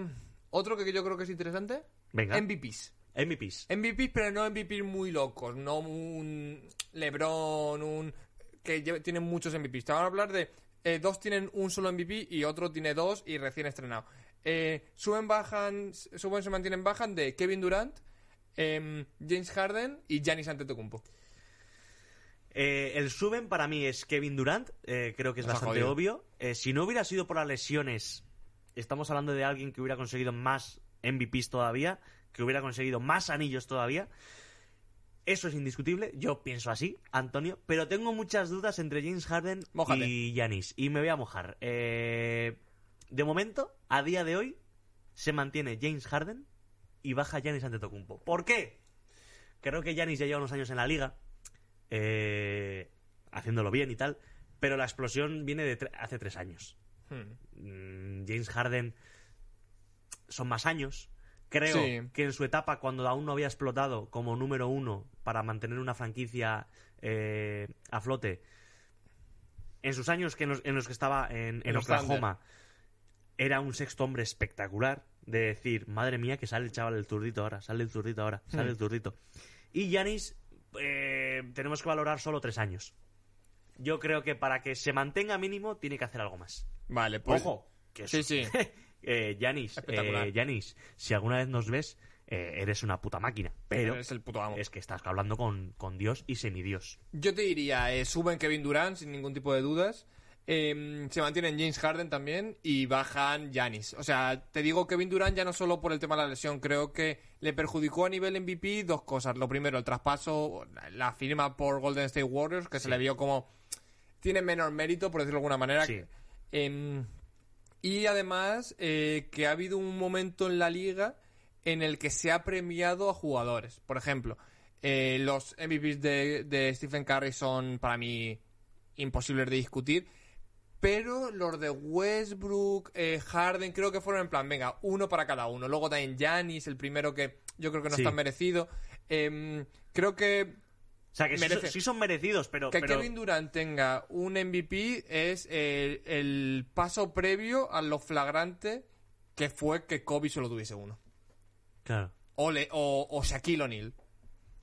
otro que yo creo que es interesante.
Venga.
MVPs.
MVPs.
MVPs, pero no MVPs muy locos, no un LeBron, un que lle- tienen muchos MVPs. Te van a hablar de eh, dos tienen un solo MVP y otro tiene dos y recién estrenado. Eh, suben, bajan, s- suben, se mantienen, bajan de Kevin Durant, em, James Harden y Giannis Antetokounmpo.
Eh, el suben para mí es Kevin Durant, eh, creo que es
Nos ha
bastante
jodido.
obvio. Eh, si no hubiera sido por las lesiones, estamos hablando de alguien que hubiera conseguido más MVPs todavía, que hubiera conseguido más anillos todavía. Eso es indiscutible, yo pienso así, Antonio, pero tengo muchas dudas entre James Harden
Mójate.
y Yanis, y me voy a mojar. Eh, de momento, a día de hoy, se mantiene James Harden y baja Yanis Antetokounmpo. ¿Por qué? Creo que Yanis ya lleva unos años en la liga, eh, haciéndolo bien y tal, pero la explosión viene de tre- hace tres años.
Hmm.
Mm, James Harden son más años. Creo
Sí.
que en su etapa, cuando aún no había explotado como número uno para mantener una franquicia eh, a flote, en sus años que en los, en los que estaba en, en
En los
Oklahoma, era un sexto hombre espectacular. De decir, madre mía, que sale el chaval del turdito ahora, sale el turdito ahora, sale
Hmm.
el turdito. Y Yanis, eh, tenemos que valorar solo tres años. Yo creo que para que se mantenga mínimo, tiene que hacer algo más.
Vale, pues.
Ojo, que es-
Sí, sí.
Eh, Yanis,
Espectacular.
eh, Yanis, si alguna vez nos ves, eh, eres una puta máquina. Pero
es el puto amo.
es que estás hablando con, con Dios y semidios.
Yo te diría, eh, suben Kevin Durant sin ningún tipo de dudas. Eh, se mantienen James Harden también y bajan Giannis. O sea, te digo Kevin Durant ya no solo por el tema de la lesión, creo que le perjudicó a nivel MVP dos cosas. Lo primero, el traspaso, la firma por Golden State Warriors, que se le vio como tiene menor mérito, por decirlo de alguna manera.
Sí.
Em, y además eh, que ha habido un momento en la liga en el que se ha premiado a jugadores. Por ejemplo, eh, los MVPs de, de Stephen Curry son para mí imposibles de discutir. Pero los de Westbrook, eh, Harden, creo que fueron en plan, venga, uno para cada uno. Luego también Giannis, el primero que yo creo que no
Sí.
está merecido. Em, creo que
O sea, que sí,
Merece.
son- sí son merecidos, pero...
que
pero-
Kevin Durant tenga un MVP es el, el paso previo a lo flagrante que fue que Kobe solo tuviese uno.
Claro.
O, le- o, o Shaquille O'Neal.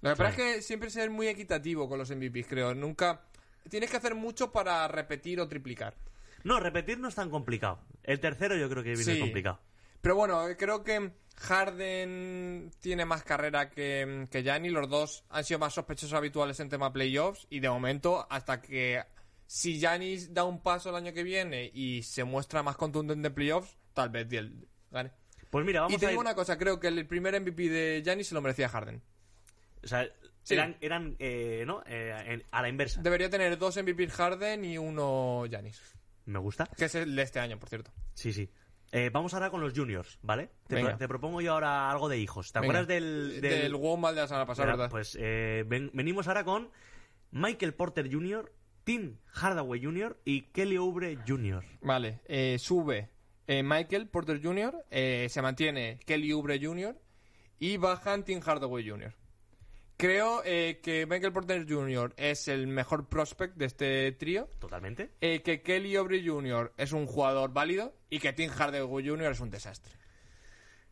Lo que pasa
Claro.
es que siempre ser muy equitativo con los MVPs, creo. Nunca. Tienes que hacer mucho para repetir o triplicar.
No, repetir no es tan complicado. El tercero yo creo que viene
Sí.
complicado.
Pero bueno, eh, creo que Harden tiene más carrera que, que Gianni. Los dos han sido más sospechosos habituales en tema playoffs. Y de momento, hasta que Si Yanis da un paso el año que viene y se muestra más contundente en playoffs, tal vez Diel gane.
Pues mira, vamos
y te
a
digo
ir-
una cosa, creo que el primer MVP de Yanis se lo merecía Harden.
O sea,
Sí.
eran, eran eh, ¿no? Eh, en- a la inversa.
Debería tener dos MVP Harden y uno Yanis.
Me gusta.
Que es el de este año, por cierto.
Sí, sí. Eh, vamos ahora con los juniors, ¿vale? Te,
Venga.
pro- te propongo yo ahora algo de hijos. ¿Te
Venga.
acuerdas del...
Del, Wombat de la semana pasada,
Mira,
¿verdad?
Pues eh, ven- venimos ahora con Michael Porter Jr., Tim Hardaway Jr. y Kelly Oubre Jr.
Vale, eh, sube eh, Michael Porter Jr., eh, se mantiene Kelly Oubre Jr. y bajan Tim Hardaway Jr. Creo eh, que Michael Porter Jr. es el mejor prospect de este trío,
Totalmente.
eh, que Kelly Oubre Jr. es un jugador válido y que Tim Hardaway Jr. es un desastre.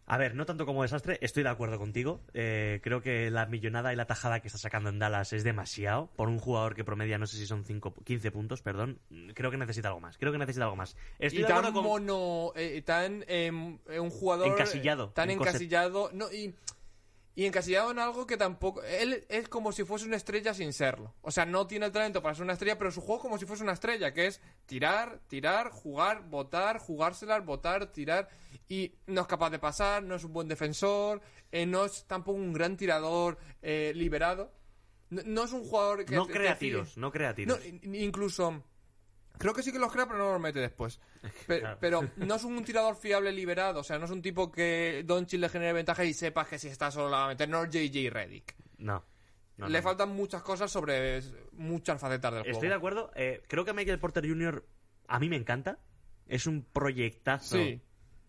A ver, no tanto como desastre, estoy de acuerdo contigo. Eh, creo que la millonada y la tajada que está sacando en Dallas es demasiado. Por un jugador que promedia, no sé si son cinco, 15 puntos, perdón. Creo que necesita algo más. Creo que necesita algo más. Estoy
y
de
tan
acuerdo con...
mono, eh, tan eh, un jugador
Encasillado,
eh, tan
en corset.
encasillado, no y y encasillado en algo que tampoco él es como si fuese una estrella sin serlo. O sea, no tiene el talento para ser una estrella, pero su juego es como si fuese una estrella, que es tirar, tirar, jugar, botar, jugárselas, botar, tirar y no es capaz de pasar, no es un buen defensor, eh, no es tampoco un gran tirador eh, liberado. No, no es un jugador que
No
te-
crea
te fíes.
tiros, no crea tiros.
No, in- incluso. Creo que sí que los crea, pero no los mete después. Pe-
Claro.
Pero, no es un tirador fiable liberado. O sea, no es un tipo que Doncic le genere ventaja y sepas que si está solo la va a meter. No es JJ Reddick.
No. No,
le
no.
faltan muchas cosas sobre eh, muchas facetas del
Estoy de
juego.
acuerdo. Eh, creo que Michael Porter Jr. a mí me encanta. Es un proyectazo
Sí.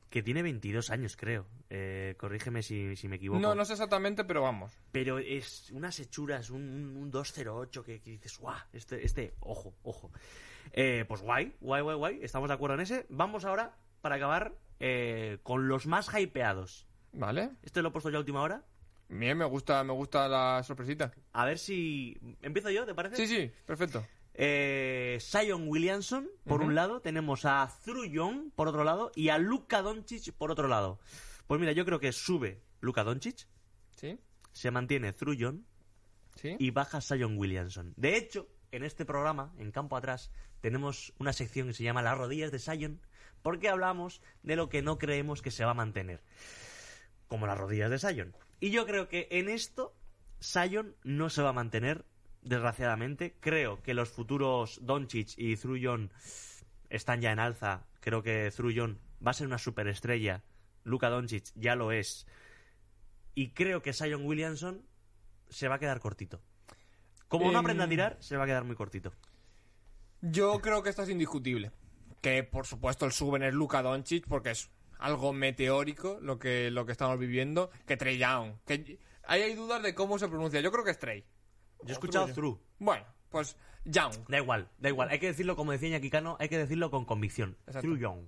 que tiene 22 años, creo. Eh, corrígeme si, si me equivoco.
No, no sé exactamente, pero vamos.
Pero es unas hechuras, un, un, un 208 que, que dices, guau, este, este, ojo, ojo. Eh, pues guay, guay, guay, guay. Estamos de acuerdo en ese. Vamos ahora, para acabar, eh, con los más hypeados.
¿Vale?
Este lo he puesto ya a última hora.
Bien, me gusta, me gusta la sorpresita.
A ver si... ¿Empiezo yo, te parece?
Sí, sí, perfecto.
Eh, Sion Williamson, por
Ujú.
un lado, tenemos a Thru Young, por otro lado, y a Luka Doncic, por otro lado. Pues mira, yo creo que sube Luka Doncic,
¿Sí?
se mantiene Thru Young
¿Sí?
y baja Sion Williamson. De hecho, en este programa, en Campo Atrás, tenemos una sección que se llama Las rodillas de Sion, porque hablamos de lo que no creemos que se va a mantener, como las rodillas de Sion. Y yo creo que en esto Sion no se va a mantener, desgraciadamente. Creo que los futuros Doncic y Thrujon están ya en alza. Creo que Thrujon va a ser una superestrella. Luka Doncic ya lo es. Y creo que Sion Williamson se va a quedar cortito. Como no
Em,
aprenda a tirar, se va a quedar muy cortito.
Yo creo que esto es indiscutible. Que por supuesto el suben es Luka Doncic porque es algo meteórico lo que, lo que estamos viviendo. Que Trey Young. Que ahí hay dudas de cómo se pronuncia. Yo creo que es Trey.
Yo he escuchado Thru.
Bueno, pues Young.
Da igual, da igual. Hay que decirlo como decía Ñaquicano, hay que decirlo con convicción.
Exacto.
Thru Young.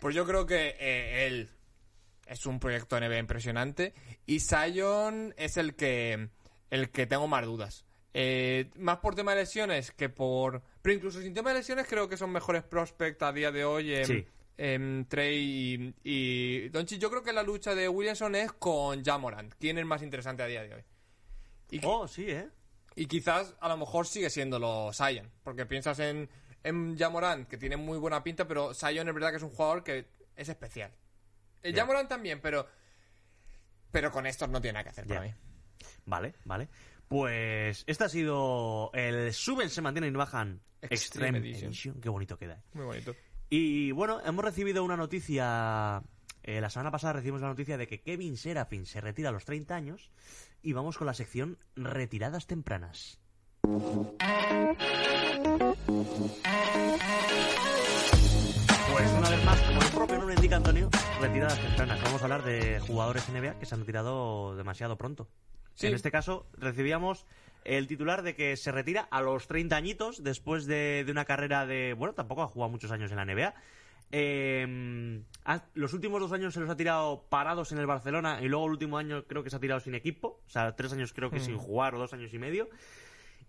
Pues yo creo que eh, él es un proyecto NBA impresionante y Sion es el que el que tengo más dudas. Eh, más por tema de lesiones que por... Pero incluso sin tema de lesiones creo que son mejores prospects a día de hoy en,
Sí.
Trey y, y Doncic. Yo creo que la lucha de Williamson es con Jamorant. ¿Quién es más interesante a día de hoy? Y, qui-
Oh, sí, ¿eh?
y quizás a lo mejor sigue siendo lo Sion, porque piensas en, en Jamoran, que tiene muy buena pinta, pero Sion es verdad que es un jugador que es especial. Eh,
Ya.
Jamoran también, pero pero con estos no tiene nada que hacer para
Ya.
mí.
Vale, vale. Pues este ha sido el suben, se mantienen y bajan Extreme,
Extreme Edition.
Edition. Qué bonito queda. ¿eh?
Muy bonito.
Y bueno, hemos recibido una noticia. eh, la semana pasada recibimos la noticia de que Kevin Serafin se retira a los 30 años. Y vamos con la sección Retiradas tempranas. Pues una vez más, como el propio nombre indica Antonio, retiradas tempranas. Vamos a hablar de jugadores NBA que se han retirado demasiado pronto.
Sí.
En este caso, recibíamos el titular de que se retira a los 30 añitos después de, de una carrera de. Bueno, tampoco ha jugado muchos años en la NBA. Eh, ha- los últimos dos años se los ha tirado parados en el Barcelona y luego el último año creo que se ha tirado sin equipo. O sea, tres años creo que
Hmm.
sin jugar o dos años y medio.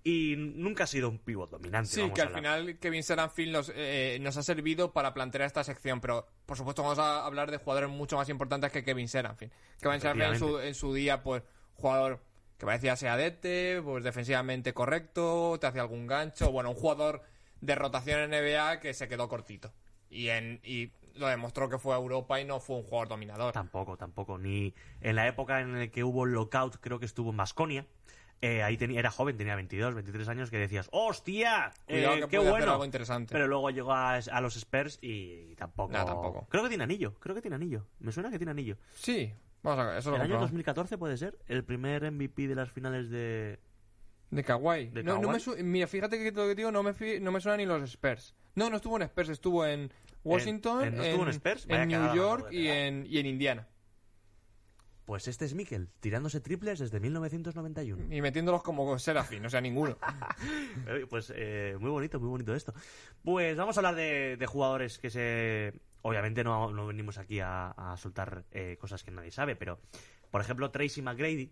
Y nunca ha sido un pivot dominante.
Sí,
vamos
que
a
al
hablar.
final Kevin Seranfil nos, eh, nos ha servido para plantear esta sección, pero por supuesto vamos a hablar de jugadores mucho más importantes que Kevin Seranfil. Kevin Seranfil en su,
Efectivamente.
en su día, pues, jugador que parecía seadete, pues defensivamente correcto, te hacía algún gancho, bueno, un jugador de rotación en NBA que se quedó cortito. Y, en, y lo demostró que fue a Europa y no fue un jugador dominador.
Tampoco, tampoco. Ni en la época en la que hubo el lockout, creo que estuvo en Masconia. ahí tenía, era joven, tenía 22, 23 años, que decías, ¡hostia! Eh,
Cuidado que
¡Qué
puede hacer
bueno!
algo interesante.
Pero luego llegó a, a los Spurs y tampoco...
No, tampoco.
Creo que tiene anillo, creo que tiene anillo. Me suena que tiene anillo.
Sí, vamos a ver, eso lo
el año
comprobamos.
2014 puede ser el primer MVP de las finales de...
De Kawhi.
¿De
no, no
Kawhi?
me su- Mira, fíjate que lo que digo, no me, fi- no me suena ni los Spurs. No, no estuvo en Spurs, estuvo en Washington,
en- ¿no estuvo en Spurs? Vaya
New
cagada,
York
joder,
y
¿verdad?
en, y en Indiana.
Pues este es Mikel, tirándose triples desde 1991.
Y metiéndolos como Serafín, o sea, ninguno.
Eh, Pues eh, muy bonito, muy bonito esto. Pues vamos a hablar de, de jugadores que se... Obviamente no, no venimos aquí a, a soltar eh, cosas que nadie sabe, pero... Por ejemplo, Tracy McGrady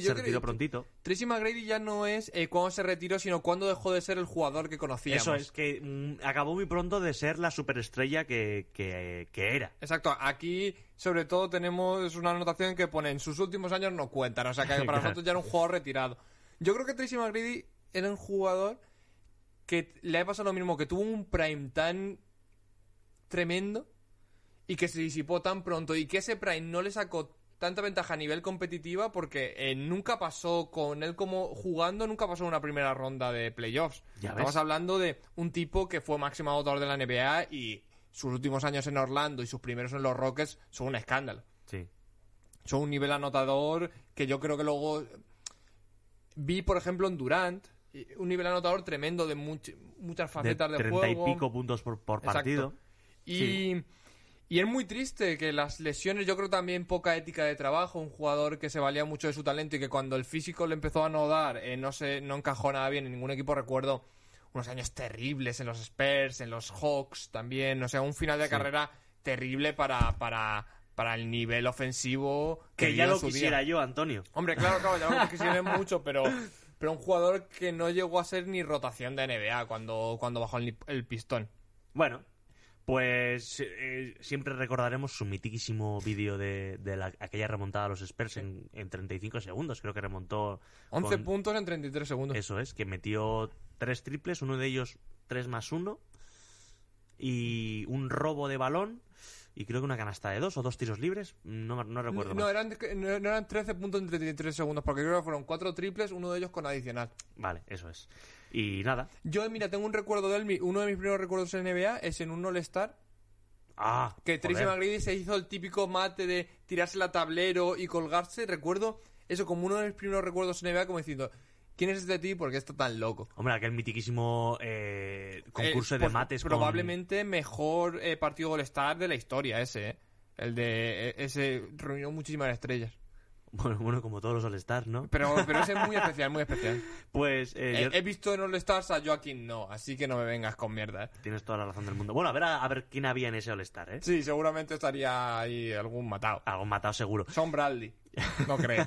se
yo
retiró
creo que
prontito.
Tracy McGrady ya no es eh, cuando se retiró, sino cuando dejó de ser el jugador que conocíamos.
Eso es, que mm, acabó muy pronto de ser la superestrella que, que, que era.
Exacto, aquí sobre todo tenemos una anotación que pone en sus últimos años no cuentan, o sea que para nosotros ya era un jugador retirado. Yo creo que Tracy McGrady era un jugador que t- le ha pasado lo mismo, que tuvo un prime tan tremendo y que se disipó tan pronto y que ese prime no le sacó tanta ventaja a nivel competitiva porque eh, nunca pasó con él como jugando, nunca pasó una primera ronda de playoffs.
Ya
Estamos
ves.
hablando de un tipo que fue máximo anotador de la NBA y sus últimos años en Orlando y sus primeros en los Rockets son un escándalo.
Sí.
Son un nivel anotador que yo creo que luego vi, por ejemplo, en Durant, y- un nivel anotador tremendo de much- muchas
De
facetas de,
treinta y
juego.
pico puntos por, por
Exacto.
partido.
Y,
Sí.
y es muy triste que las lesiones, yo creo también poca ética de trabajo, un jugador que se valía mucho de su talento y que cuando el físico le empezó a no dar, eh, no, se, no encajó nada bien en ningún equipo, recuerdo unos años terribles en los Spurs, en los Hawks también, o sea, un final de carrera terrible para, para, para el nivel ofensivo que,
Que ya
dio
lo
en su día.
quisiera yo, Antonio.
Hombre, claro, claro, ya lo quisieron mucho, pero, pero un jugador que no llegó a ser ni rotación de NBA cuando, cuando bajó el, el pistón.
Bueno, pues eh, siempre recordaremos su mitiquísimo vídeo de, de la- aquella remontada a los Spurs en, en 35 segundos. Creo que remontó.
11
con-
puntos en 33 segundos.
Eso es, que metió tres triples, uno de ellos 3 más 1. Y un robo de balón. Y creo que una canasta de dos o dos tiros libres. No, no recuerdo.
No,
más.
eran, no no eran 13 puntos en 33 segundos, porque creo que fueron cuatro triples, uno de ellos con adicional.
Vale, eso es. Y nada.
Yo, mira, tengo un recuerdo de él, mi- uno de mis primeros recuerdos en NBA es en un All-Star,
Ah,
que Tracy
joder.
McGrady se hizo el típico mate de tirarse la tablero y colgarse. Recuerdo eso como uno de mis primeros recuerdos en NBA, como diciendo, ¿quién es este tío y por qué está tan loco?
Hombre, aquel mitiquísimo eh, concurso
Eh,
de
pues,
mates. con-
Probablemente mejor eh, partido All-Star de la historia ese, eh. El de eh, ese reunió muchísimas estrellas.
Bueno, bueno, como todos los All-Stars, ¿no?
Pero, pero ese es muy especial, muy especial.
Pues eh,
He,
yo-
he visto en All Stars a Joaquín no, así que no me vengas con mierda. ¿eh?
tienes toda la razón del mundo. Bueno, a ver, a, a ver quién había en ese All-Star, ¿eh?
Sí, seguramente estaría ahí algún matado.
Algo matado seguro.
Son Bradley. No creo.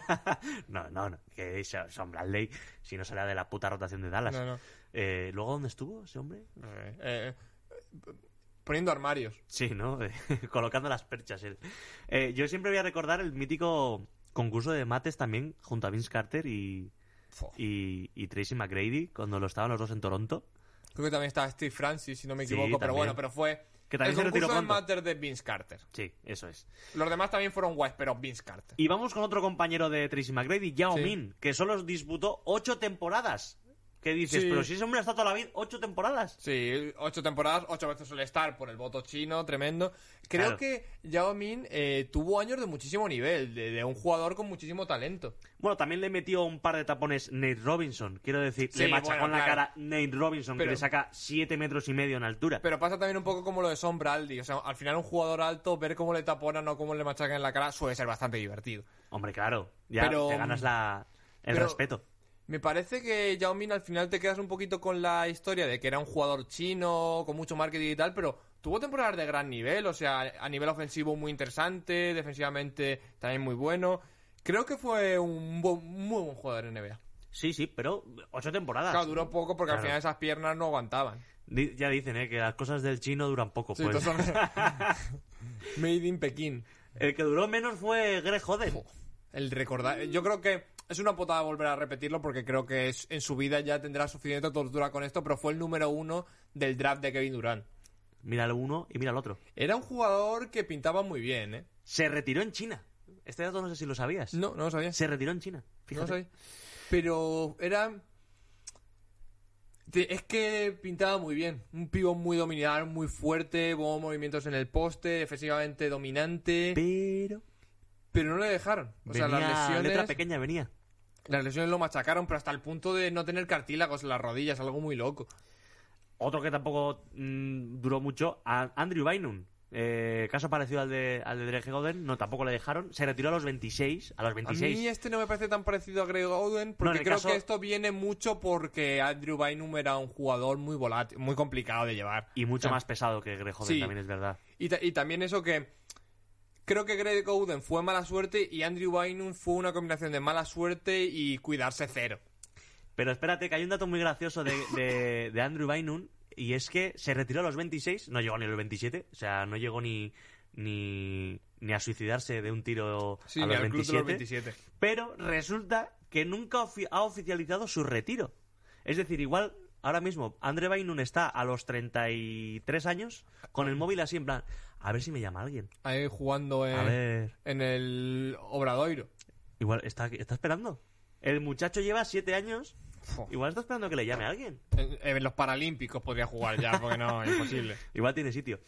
No, no, no. Que Son son Bradley, si no será de la puta rotación de Dallas.
No, no.
Eh, ¿Luego dónde estuvo ese hombre?
Eh, eh, poniendo armarios.
Sí, ¿no? Colocando las perchas él. Eh, yo siempre voy a recordar el mítico concurso de mates también junto a Vince Carter y,
Fo.
y, y Tracy McGrady cuando lo estaban los dos en Toronto.
Creo que también estaba Steve Francis, si no me
Sí,
equivoco, pero
también.
bueno, pero fue
Que también se
el
retiró
concurso de
pronto.
Matter de Vince Carter.
Sí, eso es.
Los demás también fueron guays, pero Vince Carter.
Y vamos con otro compañero de Tracy McGrady, Yao
Sí.
Min, que solo disputó ocho temporadas. ¿Qué dices?
Sí.
Pero si ese hombre ha estado toda la vida, ocho temporadas.
Sí, ocho temporadas, ocho veces suele estar por el voto chino, tremendo.
Claro.
Creo que Yao Min eh, tuvo años de muchísimo nivel, de- de un jugador con muchísimo talento.
Bueno, también le metió un par de tapones Nate Robinson. Quiero decir,
Sí,
le machacó
bueno,
en la
claro.
cara Nate Robinson,
Pero-
que le saca siete metros y medio en altura.
Pero pasa también un poco como lo de Son Braldi. O sea, al final un jugador alto, ver cómo le taponan o cómo le machacan en la cara suele ser bastante divertido.
Hombre, claro, ya
Pero-
te ganas la, el
pero-
respeto.
Me parece que Yao Min al final te quedas un poquito con la historia de que era un jugador chino, con mucho marketing y tal, pero tuvo temporadas de gran nivel. O sea, a nivel ofensivo muy interesante, defensivamente también muy bueno. Creo que fue un bu- muy buen jugador en NBA.
Sí, sí, pero ocho temporadas.
Claro, duró poco porque al
Ah, Claro.
final esas piernas no aguantaban.
Di- ya dicen, ¿eh? Que las cosas del chino duran poco.
Sí,
pues.
todos son- Made in Pekín.
El que duró menos fue Greg Joden.
El recordar. Yo creo que es una putada volver a repetirlo porque creo que es, en su vida ya tendrá suficiente tortura con esto, pero fue el número uno del draft de Kevin Durant.
Mira el uno y mira el otro.
Era un jugador que pintaba muy bien, ¿eh?
Se retiró en China. Este dato no sé si lo sabías.
No, no lo sabía.
Se retiró en China.
No
Fíjate.
lo sabía. Pero era... te- Es que pintaba muy bien. Un pivo muy dominador, muy fuerte, buenos movimientos en el poste, defensivamente dominante.
Pero.
Pero no le dejaron. O sea,
venía-
las
Letra
lesiones,
pequeña venía.
las lesiones lo machacaron, pero hasta el punto de no tener cartílagos en las rodillas, algo muy loco.
Otro que tampoco mm, duró mucho, a Andrew Bynum. Eh, caso parecido al de, al de Greg Oden, no, tampoco le dejaron. Se retiró a los 26. A los
A mí
26.
este no me parece tan parecido a Greg Oden porque
en el
creo
caso-
que esto viene mucho porque Andrew Bynum era un jugador muy volátil, muy complicado de llevar.
Y mucho
O sea,
más pesado que Greg Oden,
Sí.
también es verdad.
Y, ta- y también eso que creo que Greg Oden fue mala suerte y Andrew Bynum fue una combinación de mala suerte y cuidarse cero.
Pero espérate, que hay un dato muy gracioso de, de- de Andrew Bynum. Y es que se retiró a los 26. No llegó ni a los 27. O sea, no llegó ni. Ni, ni a suicidarse de un tiro
Sí,
a
ni
los
al club de los
27.
27.
Pero resulta que nunca ofi- ha oficializado su retiro. Es decir, igual ahora mismo André Bainun está a los 33 años con el móvil así en plan, a ver si me llama alguien.
Ahí jugando
A
en,
ver,
en el Obradoiro.
igual está, está esperando. El muchacho lleva 7 años,
Fo.
igual está esperando que le llame a alguien.
En, en los Paralímpicos podría jugar ya, porque no, imposible.
Igual tiene sitio.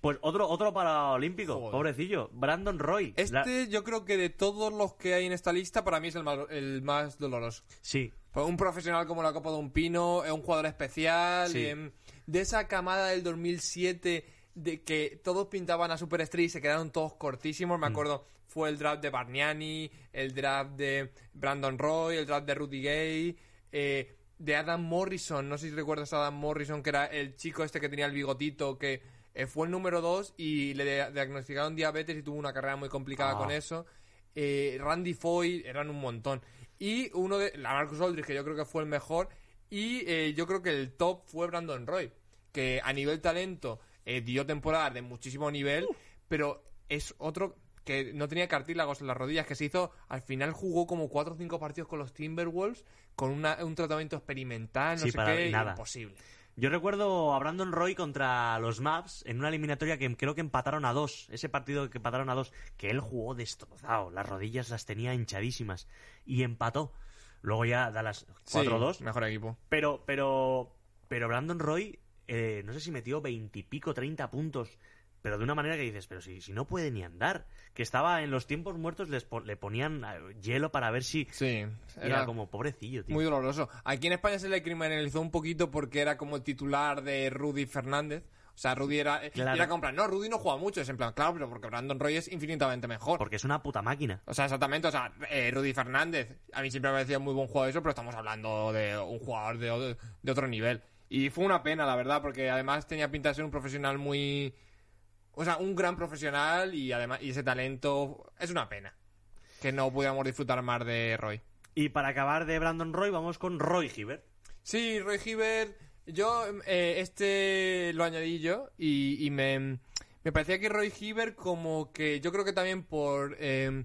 Pues otro, otro paraolímpico,
Joder.
pobrecillo, Brandon Roy. La-
Este yo creo que de todos los que hay en esta lista, para mí es el más, el más doloroso.
Sí,
Pues un profesional como la Copa de un Pino, es un jugador especial,
Sí.
em, de esa camada del 2007 de que todos pintaban a superestrella y se quedaron todos cortísimos, me acuerdo, fue el draft de Barniani, el draft de Brandon Roy, el draft de Rudy Gay, eh, de Adam Morrison, no sé si recuerdas a Adam Morrison, que era el chico este que tenía el bigotito, que eh, fue el número 2 y le dia- diagnosticaron diabetes y tuvo una carrera muy complicada
Ah.
con eso. Eh, Randy Foy, eran un montón. Y uno de. La Marcus Aldridge, que yo creo que fue el mejor. Y eh, yo creo que el top fue Brandon Roy, que a nivel talento eh, dio temporadas de muchísimo nivel,
Uh.
pero es otro que no tenía cartílagos en las rodillas, que se hizo. Al final jugó como 4 o 5 partidos con los Timberwolves, con una- un tratamiento experimental, no
Sí,
sé
para
qué,
nada.
imposible.
Yo recuerdo a Brandon Roy contra los Mavs en una eliminatoria que creo que empataron a dos, ese partido que empataron a dos, que él jugó destrozado, las rodillas las tenía hinchadísimas y empató. Luego ya da las 4-2,
Sí, mejor equipo.
pero, pero, pero Brandon Roy, eh, no sé si metió veintipico, treinta puntos, pero de una manera que dices, pero si, si no puede ni andar, que estaba en los tiempos muertos, les po- le ponían eh, hielo para ver si...
Sí,
Era, como pobrecillo, tío.
Muy doloroso. Aquí en España se le criminalizó un poquito porque era como el titular de Rudy Fernández. O sea, Rudy era, eh,
Claro.
era como en plan, no, Rudy no juega mucho. Es en plan, claro, pero porque Brandon Roy es infinitamente mejor.
Porque es una puta máquina.
O sea, exactamente, o sea, eh, Rudy Fernández, a mí siempre me parecía muy buen jugador eso, pero estamos hablando de un jugador de, o- de otro nivel. Y fue una pena, la verdad, porque además tenía pinta de ser un profesional muy... O sea, un gran profesional y además y ese talento es una pena. Que no pudiéramos disfrutar más de Roy.
Y para acabar de Brandon Roy, vamos con Roy Hibbert.
Sí, Roy Hibbert. Yo eh, este lo añadí yo y, y me, me parecía que Roy Hibbert como que yo creo que también por eh,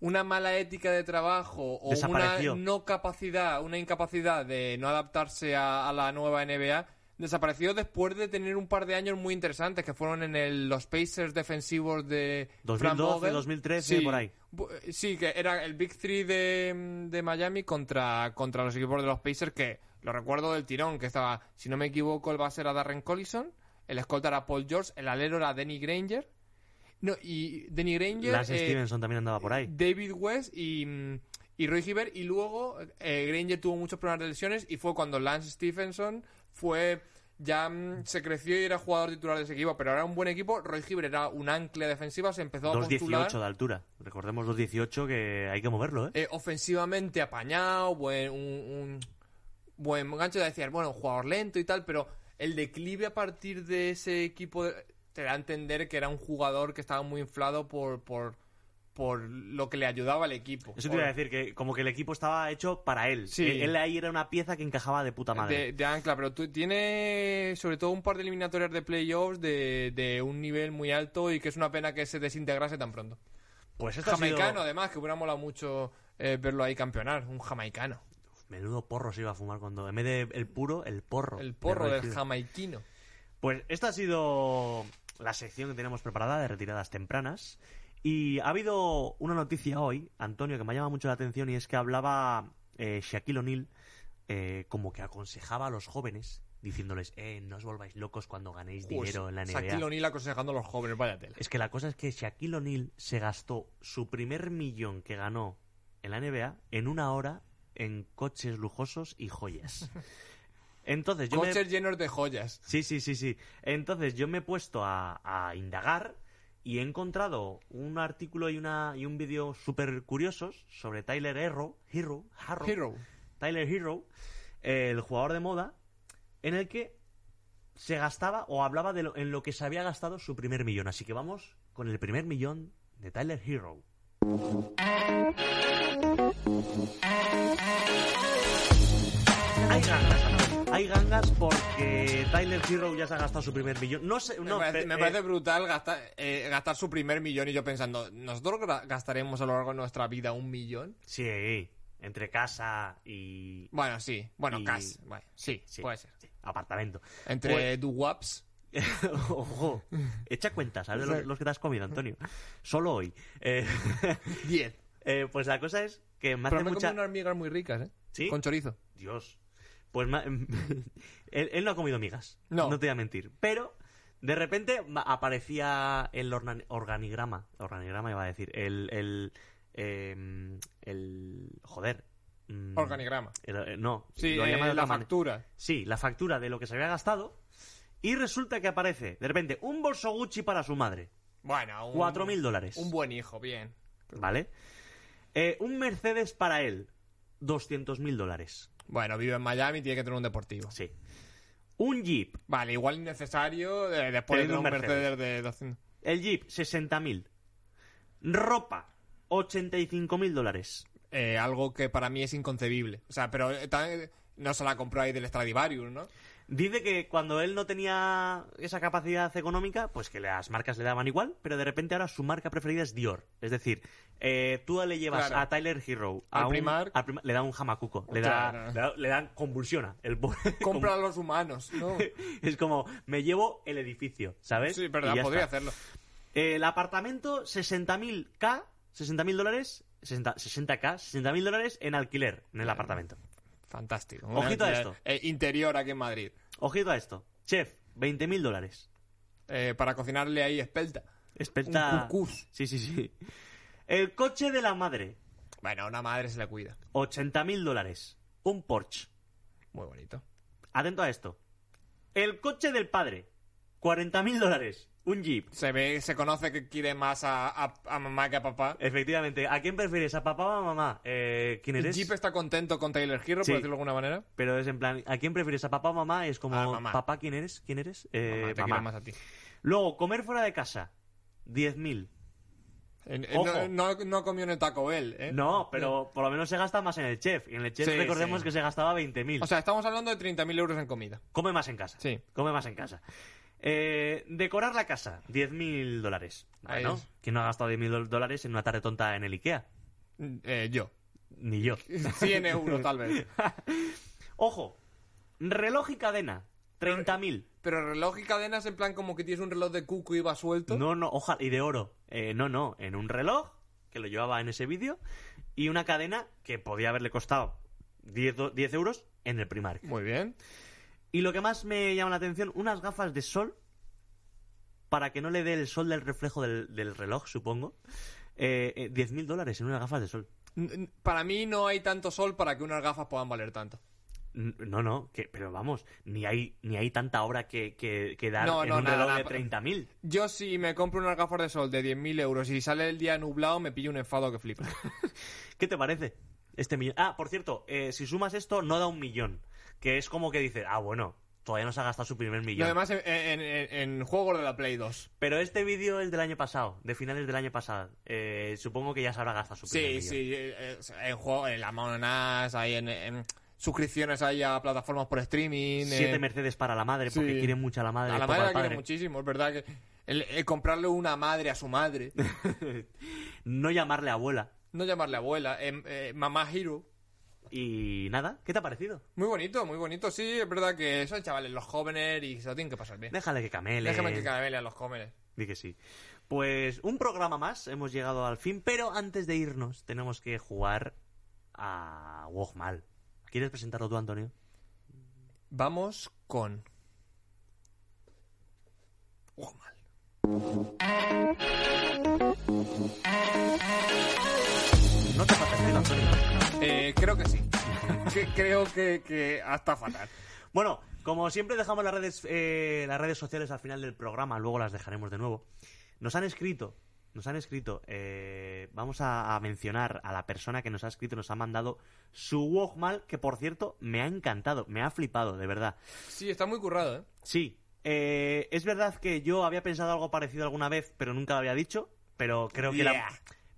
una mala ética de trabajo o una
Desapareció.
no capacidad, una incapacidad de no adaptarse a, a la nueva NBA, desapareció después de tener un par de años muy interesantes que fueron en el- los Pacers defensivos de Frank
2012,
Vogel.
2013, por ahí.
Bu- eh, Sí, que era el Big Three de, mm, de Miami contra, contra los equipos de los Pacers, que lo recuerdo del tirón, que estaba, si no me equivoco, el base era Darren Collison, el escolta era Paul George, el alero era Danny Granger. No, y Danny Granger,
Lance
eh,
Stevenson también andaba por ahí.
David West y, mm, y Roy Hibbert. Y luego eh, Granger tuvo muchos problemas de lesiones y fue cuando Lance Stephenson fue... Ya mm, se creció y era jugador titular de ese equipo, pero era un buen equipo. Roy Hibbert era un ancla defensiva, se empezó a postular.
2.18 de altura. Recordemos 2.18 que hay que moverlo, ¿eh?
Eh, ofensivamente apañado, buen, un, un buen gancho de decir, bueno, un jugador lento y tal, pero el declive a partir de ese equipo de- te da a entender que era un jugador que estaba muy inflado por, por, por lo que le ayudaba al equipo.
Eso te iba a
Por-
decir, que como que el equipo estaba hecho para él. E-,
Sí.
Él, él ahí era una pieza que encajaba de puta madre.
De, de ancla, pero tú tiene sobre todo un par de eliminatorias de playoffs de, de un nivel muy alto y que es una pena que se desintegrase tan pronto.
Pues esto ha sido-
Jamaicano, eh. además, que hubiera molado mucho eh, verlo ahí campeonar. Un jamaicano.
Menudo porro se iba a fumar cuando. En vez de el puro, el porro.
El
de
porro
Roy
del
Hill.
jamaiquino.
Pues esta ha sido la sección que tenemos preparada de retiradas tempranas. Y ha habido una noticia hoy, Antonio, que me ha llamado mucho la atención y es que hablaba eh, Shaquille O'Neal eh, como que aconsejaba a los jóvenes diciéndoles, eh, no os volváis locos cuando ganéis dinero en la NBA.
Pues, Shaquille O'Neal aconsejando a los jóvenes, vaya tela.
Es que la cosa es que Shaquille O'Neal se gastó su primer millón que ganó en la NBA en una hora en coches lujosos y joyas. Entonces, yo me-
Coches llenos de joyas.
Sí, sí, sí, sí. Entonces yo me he puesto a, a indagar y he encontrado un artículo y, una, y un vídeo súper curiosos sobre Tyler Hero, Hero, Harrow,
Hero.
Tyler Hero, eh, el jugador de moda, en el que se gastaba o hablaba de lo- en lo que se había gastado su primer millón. Así que vamos con el primer millón de Tyler Hero. Hay gangas, Antonio. hay gangas porque Tyler Hero ya se ha gastado su primer millón. No sé, no,
me parece,
pe-
me
eh,
parece brutal gastar, eh, gastar su primer millón y yo pensando, ¿nosotros gra- gastaremos a lo largo de nuestra vida un millón?
Sí, entre casa y
Bueno, sí. Bueno,
Y-
casi. Vale, sí,
Sí.
puede ser.
apartamento.
Entre
Pues-
duwaps.
Ojo, echa cuentas, ¿sabes? Los, los que te has comido, Antonio. Solo hoy. Eh,
10.
eh, pues la cosa es que me
Pero
hace
me he
mucha...
comido unas migas muy ricas, ¿eh?
¿Sí?
Con chorizo.
Dios. Pues ma- él, él no ha comido migas.
No.
te voy a mentir. Pero de repente ma- aparecía el orna- organigrama. Organigrama iba a decir. El. el, em, el- joder. mm,
Organigrama.
el- eh, no.
Sí,
lo han
eh,
llamado de
la
otra manera.
factura.
Sí, la factura de lo que se había gastado. Y resulta que aparece, de repente, un bolso Gucci para su madre.
Bueno, un...
4.000 dólares.
Un buen hijo, bien.
¿Vale? Eh, un Mercedes para él. 200.000 dólares.
Bueno, vive en Miami, tiene que tener un deportivo.
Sí. Un Jeep
Vale, igual innecesario eh, después de
Teniendo
tener un
un
Mercedes,
Mercedes.
de 200.
El Jeep, 60.000. Ropa, 85.000 dólares.
Eh, algo que para mí es inconcebible. O sea, pero eh, tan- no se la compró ahí del Stradivarius, ¿no?
Dice que cuando él no tenía esa capacidad económica, pues que las marcas le daban igual, pero de repente ahora su marca preferida es Dior. Es decir, eh, tú le llevas
Claro.
a Tyler Hero,
Al
a un-
Primark.
al Primark, le da un jamacuco, le da,
Claro.
le da- le dan convulsiona. El pobre.
Compra a los humanos, ¿no?
es como, me llevo el edificio, ¿sabes?
Sí,
Y
verdad,
ya
podría
está.
hacerlo.
Eh, el apartamento, 60.000 K, 60.000 dólares, 60, 60K, 60.000 dólares en alquiler en el apartamento.
Fantástico.
Ojito a
Eh,
esto.
eh, interior aquí en Madrid.
Ojito a esto. Chef, 20.000 dólares.
Eh, para cocinarle ahí espelta.
Espelta...
Un cucús.
Sí, sí, sí. El coche de la madre,
Bueno, a una madre se le cuida.
80.000 dólares. Un Porsche.
Muy bonito.
Atento a esto. El coche del padre, 40.000 dólares. Un Jeep.
Se ve, se conoce que quiere más a, a- a mamá que a papá.
Efectivamente. ¿A quién prefieres? ¿A papá o a mamá? Eh, ¿Quién
El
eres?
Jeep está contento con Taylor Hero,
Sí.
por decirlo de alguna manera.
Pero es en plan, ¿a quién prefieres? ¿A papá o mamá? Y es como,
A Ah, mamá.
papá, ¿quién eres? ¿Quién eres? Eh,
Mamá, te quiere
mamá.
más a ti.
Luego, comer fuera de casa, 10.000.
Eh, eh,
Ojo.
no, no, no comió en el Taco Bell, ¿eh?
No, pero por lo menos se gasta más en el chef. Y en el chef
Sí,
recordemos
sí.
que se gastaba 20.000.
O sea, estamos hablando de 30.000 euros en comida.
Come más en casa.
Sí.
Come más en casa. Eh, decorar la casa, 10.000 dólares.
Ahí
Bueno,
es.
¿quién no ha gastado 10.000 do- dólares en una tarde tonta en el IKEA?
Eh, yo.
Ni yo.
100 euros, tal vez.
Ojo, reloj y cadena, 30.000.
Pero reloj y cadenas en plan como que tienes un reloj de cuco y va suelto.
No, no, ojalá, y de oro. Eh, no, no, en un reloj, que lo llevaba en ese vídeo, y una cadena que podía haberle costado 10, do- 10 euros en el Primark.
Muy bien.
Y lo que más me llama la atención, unas gafas de sol para que no le dé el sol del reflejo del, del reloj, supongo. Eh, eh, 10.000 dólares en unas gafas de sol.
N- n- Para mí no hay tanto sol para que unas gafas puedan valer tanto.
N- No, no, que, pero vamos, ni hay, ni hay tanta obra que, que, que dar
No,
en
no,
un
nada,
reloj
nada,
de
pa-
30.000.
Yo si me compro unas gafas de sol de 10.000 euros y sale el día nublado, me pillo un enfado que flipa.
¿Qué te parece? Este millón. Ah, por cierto, eh, si sumas esto, no da un millón. Que es como que dices, ah, bueno, todavía no se ha gastado su primer
Y
millón.
además en, en- en- en juegos de la Play 2.
Pero este vídeo, el del año pasado, de finales del año pasado, eh, supongo que ya se habrá gastado su primer
Sí,
millón.
sí, eh, eh, en, juego, en la Mononas, ahí en, en- suscripciones ahí a plataformas por streaming.
Siete
eh,
Mercedes para la madre, porque
sí.
quiere mucho a la madre.
a la
poco
madre la
al
quiere
padre.
muchísimo, es verdad que el, el comprarle una madre a su madre,
No llamarle abuela.
no llamarle abuela, em, eh, mamá Hiro.
Y nada, ¿qué te ha parecido?
Muy bonito, muy bonito, sí, es verdad que son chavales los jóvenes y se lo tienen que pasar bien.
Déjale que camele.
Déjame que caramele a los jóvenes.
Di que sí. Pues un programa más, hemos llegado al fin, pero antes de irnos tenemos que jugar a Wogmal. ¿Quieres presentarlo tú, Antonio?
Vamos con. Oh, mal.
No te falta estilo, Antonio.
Eh, creo que sí. Que- creo que, que hasta fatal.
Bueno, como siempre dejamos las redes, eh, las redes sociales al final del programa, luego las dejaremos de nuevo. Nos han escrito, nos han escrito, eh, vamos a, a mencionar a la persona que nos ha escrito, nos ha mandado su Wogmal, que por cierto me ha encantado, me ha flipado, de verdad.
Sí, está muy currado, ¿eh?
Sí, eh, es verdad que yo había pensado algo parecido alguna vez, pero nunca lo había dicho, pero creo que
Yeah.
la...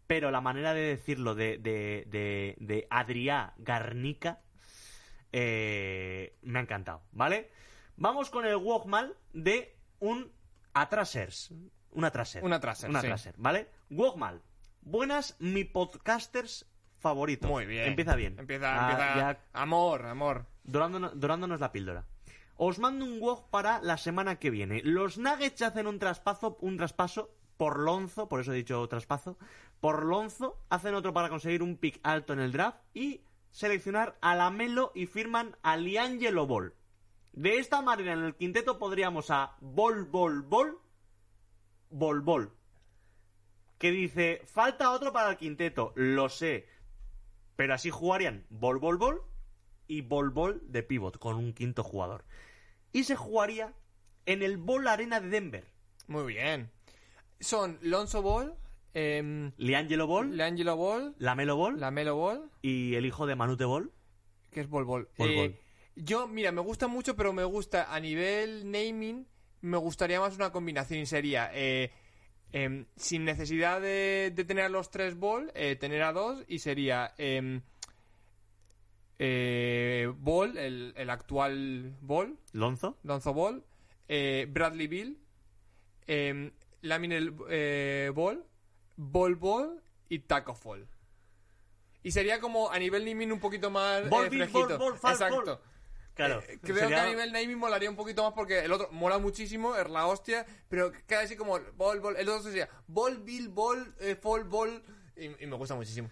Pero la manera de decirlo de, de, de, de Adrià Garnica eh, me ha encantado, ¿vale? Vamos con el Walkman de un Atrasers. Un Atraser.
Un Atraser,
Un
sí.
Atraser, ¿vale? Walkman. Buenas, mi podcasters favorito.
Muy bien.
Empieza bien.
Empieza,
Ah,
empieza.
ya
Amor, amor.
dorándonos, dorándonos la píldora. Os mando un WOG para la semana que viene. Los Nuggets hacen un traspaso, un traspaso por Lonzo, por eso he dicho traspaso, por Lonzo, hacen otro para conseguir un pick alto en el draft y seleccionar a Lamelo y firman a Liangelo Ball. De esta manera en el quinteto podríamos a Bol Bol Bol Bol Bol. Que dice, falta otro para el quinteto, lo sé. Pero así jugarían Bol Bol Bol y Bol Bol de pivot con un quinto jugador. Y se jugaría en el Bol Arena de Denver.
Muy bien. Son Lonzo Ball, eh,
Leangelo Ball,
Leangelo Ball,
Lamelo Ball
Lamelo Ball,
y el hijo de Manute Ball.
que es Ball Ball.
Ball
Eh,
Ball.
Yo, mira, me gusta mucho, pero me gusta a nivel naming, me gustaría más una combinación y sería eh, em, sin necesidad de, de tener a los tres Ball, eh, tener a dos y sería em, eh, Ball, el, el actual Ball,
Lonzo,
Lonzo Ball, eh, Bradley Bill, eh, Laminel eh, Ball, Ball Ball y Taco Fall. Y sería como a nivel naming un poquito más eh,
Ball, Bill,
fresquito.
Ball, Ball, Fall,
Exacto.
claro.
Eh, creo
sería-
que a nivel naming molaría un poquito más porque el otro mola muchísimo, es la hostia, pero queda así como Ball Ball. El otro sería Ball Bill Ball, eh, Fall Ball. Y, y me gusta muchísimo.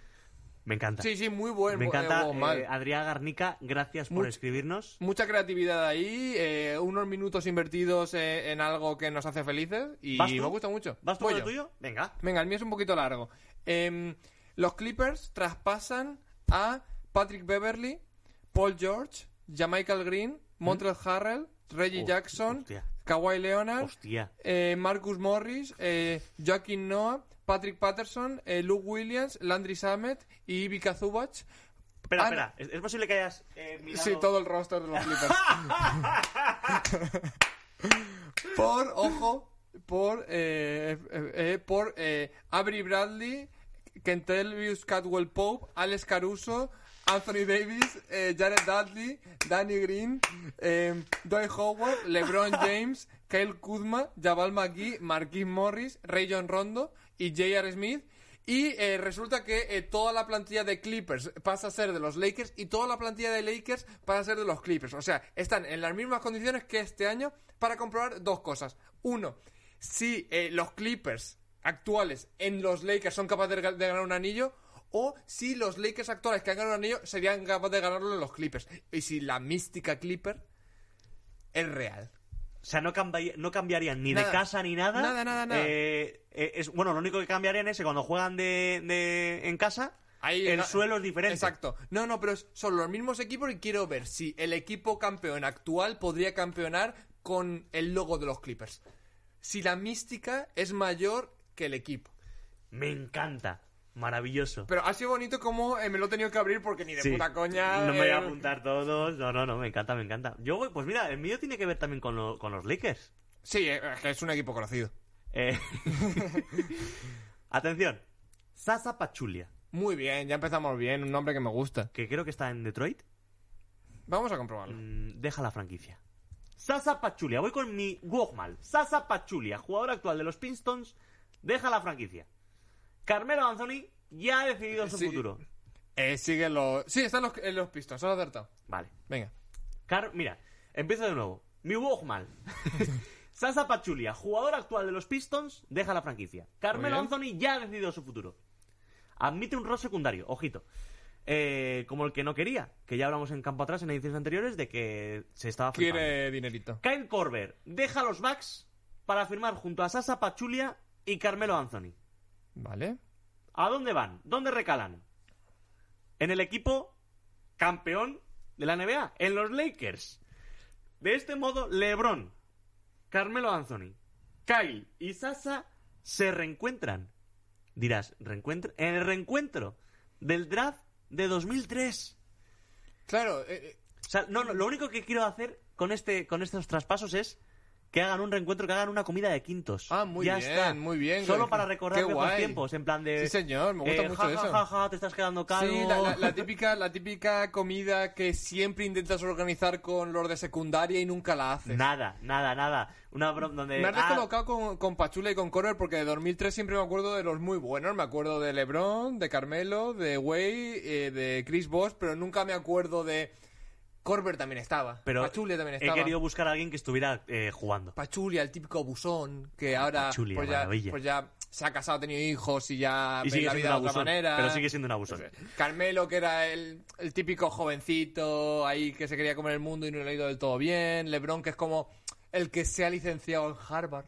Me encanta.
Sí, sí, muy buen.
Me
eh,
encanta,
buen mal.
eh, Adrián Garnica, gracias por
Mucho-
escribirnos.
Mucha creatividad ahí, eh, unos minutos invertidos eh, en algo que nos hace felices y
¿Vas tú?
me gusta mucho.
¿Vas tú
Voy
con el
yo.
tuyo? Venga.
Venga, el mío es un poquito largo. Em, los Clippers traspasan a Patrick Beverly, Paul George, Jamichael Green, Montrezl Harrell, Reggie
Oh,
Jackson,
hostia.
Kawhi Leonard,
Hostia.
eh, Marcus Morris, eh, Joaquin Noah, Patrick Patterson, eh, Luke Williams, Landry Samet y Ivica Zubac.
Espera,
Ah,
espera. ¿Es, es posible que hayas eh, mirado-
Sí, todo el roster de los Clippers. por, ojo, por, eh, eh, eh, por eh, Avery Bradley, Kentelvius Catwell Pope, Alex Caruso, Anthony Davis, eh, Jared Dudley, Danny Green, eh, Dwight Howard, LeBron James, Kyle Kuzma, Jabal McGee, Marquis Morris, Rayon Rondo y J.R. Smith. Y eh, resulta que eh, toda la plantilla de Clippers pasa a ser de los Lakers y toda la plantilla de Lakers pasa a ser de los Clippers. O sea, están en las mismas condiciones que este año para comprobar dos cosas. Uno, si eh, los Clippers actuales en los Lakers son capaces de, ga- de ganar un anillo o si los Lakers actuales que han ganado un anillo serían capaces de ganarlo en los Clippers. Y si la mística Clipper es real.
O sea, no, cambi- no cambiarían ni de
Nada.
casa ni nada.
Nada, nada, nada.
Eh, eh, es, bueno, lo único que cambiarían es que cuando juegan de, de- en casa,
Ahí
el
ga-
suelo es diferente.
Exacto. No, no, pero es- son los mismos equipos y quiero ver si el equipo campeón actual podría campeonar con el logo de los Clippers. Si la mística es mayor que el equipo.
Me encanta. Maravilloso.
Pero ha sido bonito como eh, me lo he tenido que abrir porque ni de
Sí.
puta coña.
No me voy
eh,
a apuntar todos. No, no, no, me encanta, me encanta. Yo voy, pues mira, el mío tiene que ver también con, lo- con los Lakers.
Sí, eh, es que es un equipo conocido.
Eh, Atención. Sasa Pachulia,
Muy bien, ya empezamos bien, un nombre que me gusta.
que creo que está en Detroit.
Vamos a comprobarlo.
Mm, deja la franquicia. Sasa Pachulia, voy con mi Walkman. Sasa Pachulia, jugador actual de los Pistons, deja la franquicia. Carmelo Anthony ya ha decidido su
Sí.
futuro.
Eh, sigue los... Sí, están los, en los pistos, has acertado.
Vale.
Venga.
Car- Mira, empiezo de nuevo. Mi Walkman. Sasa Pachulia, jugador actual de los Pistons, deja la franquicia. Carmelo
Muy
Anthony ya ha decidido su futuro. Admite un rol secundario, ojito. Eh, como el que no quería, que ya hablamos en campo atrás en ediciones anteriores de que se estaba flipando.
Quiere dinerito.
Kyle Corber deja los Bucks para firmar junto a Sasa Pachulia y Carmelo Anthony.
Vale.
¿A dónde van? ¿Dónde recalan? En el equipo campeón de la NBA, en los Lakers. De este modo, LeBron, Carmelo Anthony, Kyle y Sasa se reencuentran. Dirás, reencuentro, en el reencuentro del draft de 2003.
Claro, eh, eh,
O sea, no, no, lo único que quiero hacer con, este, con estos traspasos es que hagan un reencuentro, que hagan una comida de quintos.
Ah, muy
ya
bien,
está.
muy bien.
Solo
Qué-
para recordar
qué
viejos
guay.
tiempos, en plan de...
Sí, señor, me gusta
eh,
mucho
ja, ja,
eso.
Ja, ja, te estás quedando calvo.
Sí, la, la- la típica, la típica comida que siempre intentas organizar con los de secundaria y nunca la haces.
Nada, nada, nada. Una broma donde...
me has
ah,
descolocado con, con Pachula y con Corber porque de 2003 siempre me acuerdo de los muy buenos. Me acuerdo de LeBron, de Carmelo, de Way, eh, de Chris Bosh, pero nunca me acuerdo de... Corber también estaba,
pero
Pachulia también
he
estaba.
querido buscar a alguien que estuviera eh, jugando.
Pachulia, el típico abusón, que ahora
Pachulia,
pues, ya,
maravilla.
pues ya se ha casado, ha tenido hijos y ya
Y
ve
sigue
Ah,
siendo
la vida
un
de otra
abusón,
manera.
pero sigue siendo un abusón.
Carmelo, que era el, el típico jovencito ahí que se quería comer el mundo y no le ha ido del todo bien. Lebron, que es como el que se ha licenciado en Harvard.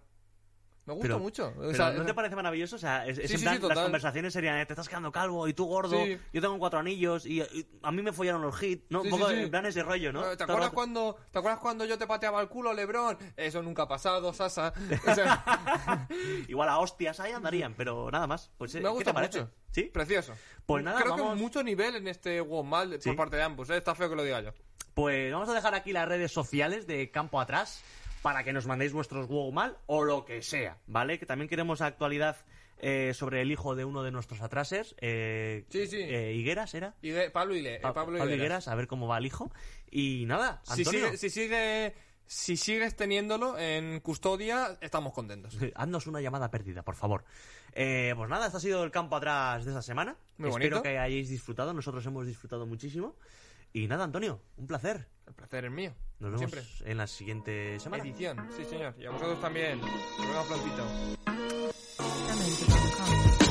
Me gusta
Pero-
mucho. O
Pero,
sea, eh,
¿No te parece maravilloso? O sea, es, es
Sí,
en
sí,
plan,
sí,
las
total.
conversaciones serían, eh, te estás quedando calvo y tú gordo,
Sí.
yo tengo cuatro anillos y, y a mí me follaron los hits, ¿no?
Sí,
Un poco
sí, sí.
en plan ese rollo, ¿no?
Eh,
Todo el
¿Te acuerdas,
rato.
cuando, ¿Te acuerdas cuando yo te pateaba el culo, Lebron? Eso nunca ha pasado, Sasa. O sea,
Igual a hostias ahí andarían, pero nada más. Pues, eh,
me
¿qué
gusta
te parece?
mucho.
¿Sí?
Precioso.
Pues nada,
Creo
vamos-
que mucho nivel en este WOMAL
Sí.
por parte de ambos. eh. Está feo que lo diga yo.
Pues vamos a dejar aquí las redes sociales de Campo Atrás para que nos mandéis vuestros wow mal o lo que sea, ¿vale? Que también queremos actualidad eh, sobre el hijo de uno de nuestros atrasers. eh,
Sí, sí.
eh, ¿Higueras era?
Y de- Pablo, Ile- eh,
Pa-
Pablo
Pablo
Higueras.
Higueras, a ver cómo va el hijo. Y nada,
Si,
Antonio,
sigue- si sigue- si sigues teniéndolo en custodia, estamos contentos.
haznos una llamada perdida, por favor. Eh, pues nada, este ha sido el campo atrás de esta semana.
Muy
Espero
bonito.
que hayáis disfrutado, nosotros hemos disfrutado muchísimo. Y nada, Antonio, un placer.
El placer es mío.
Nos vemos
Siempre.
en la siguiente semana.
Edición, sí señor. Y a vosotros también. Nos vemos prontito.
Amazing.com.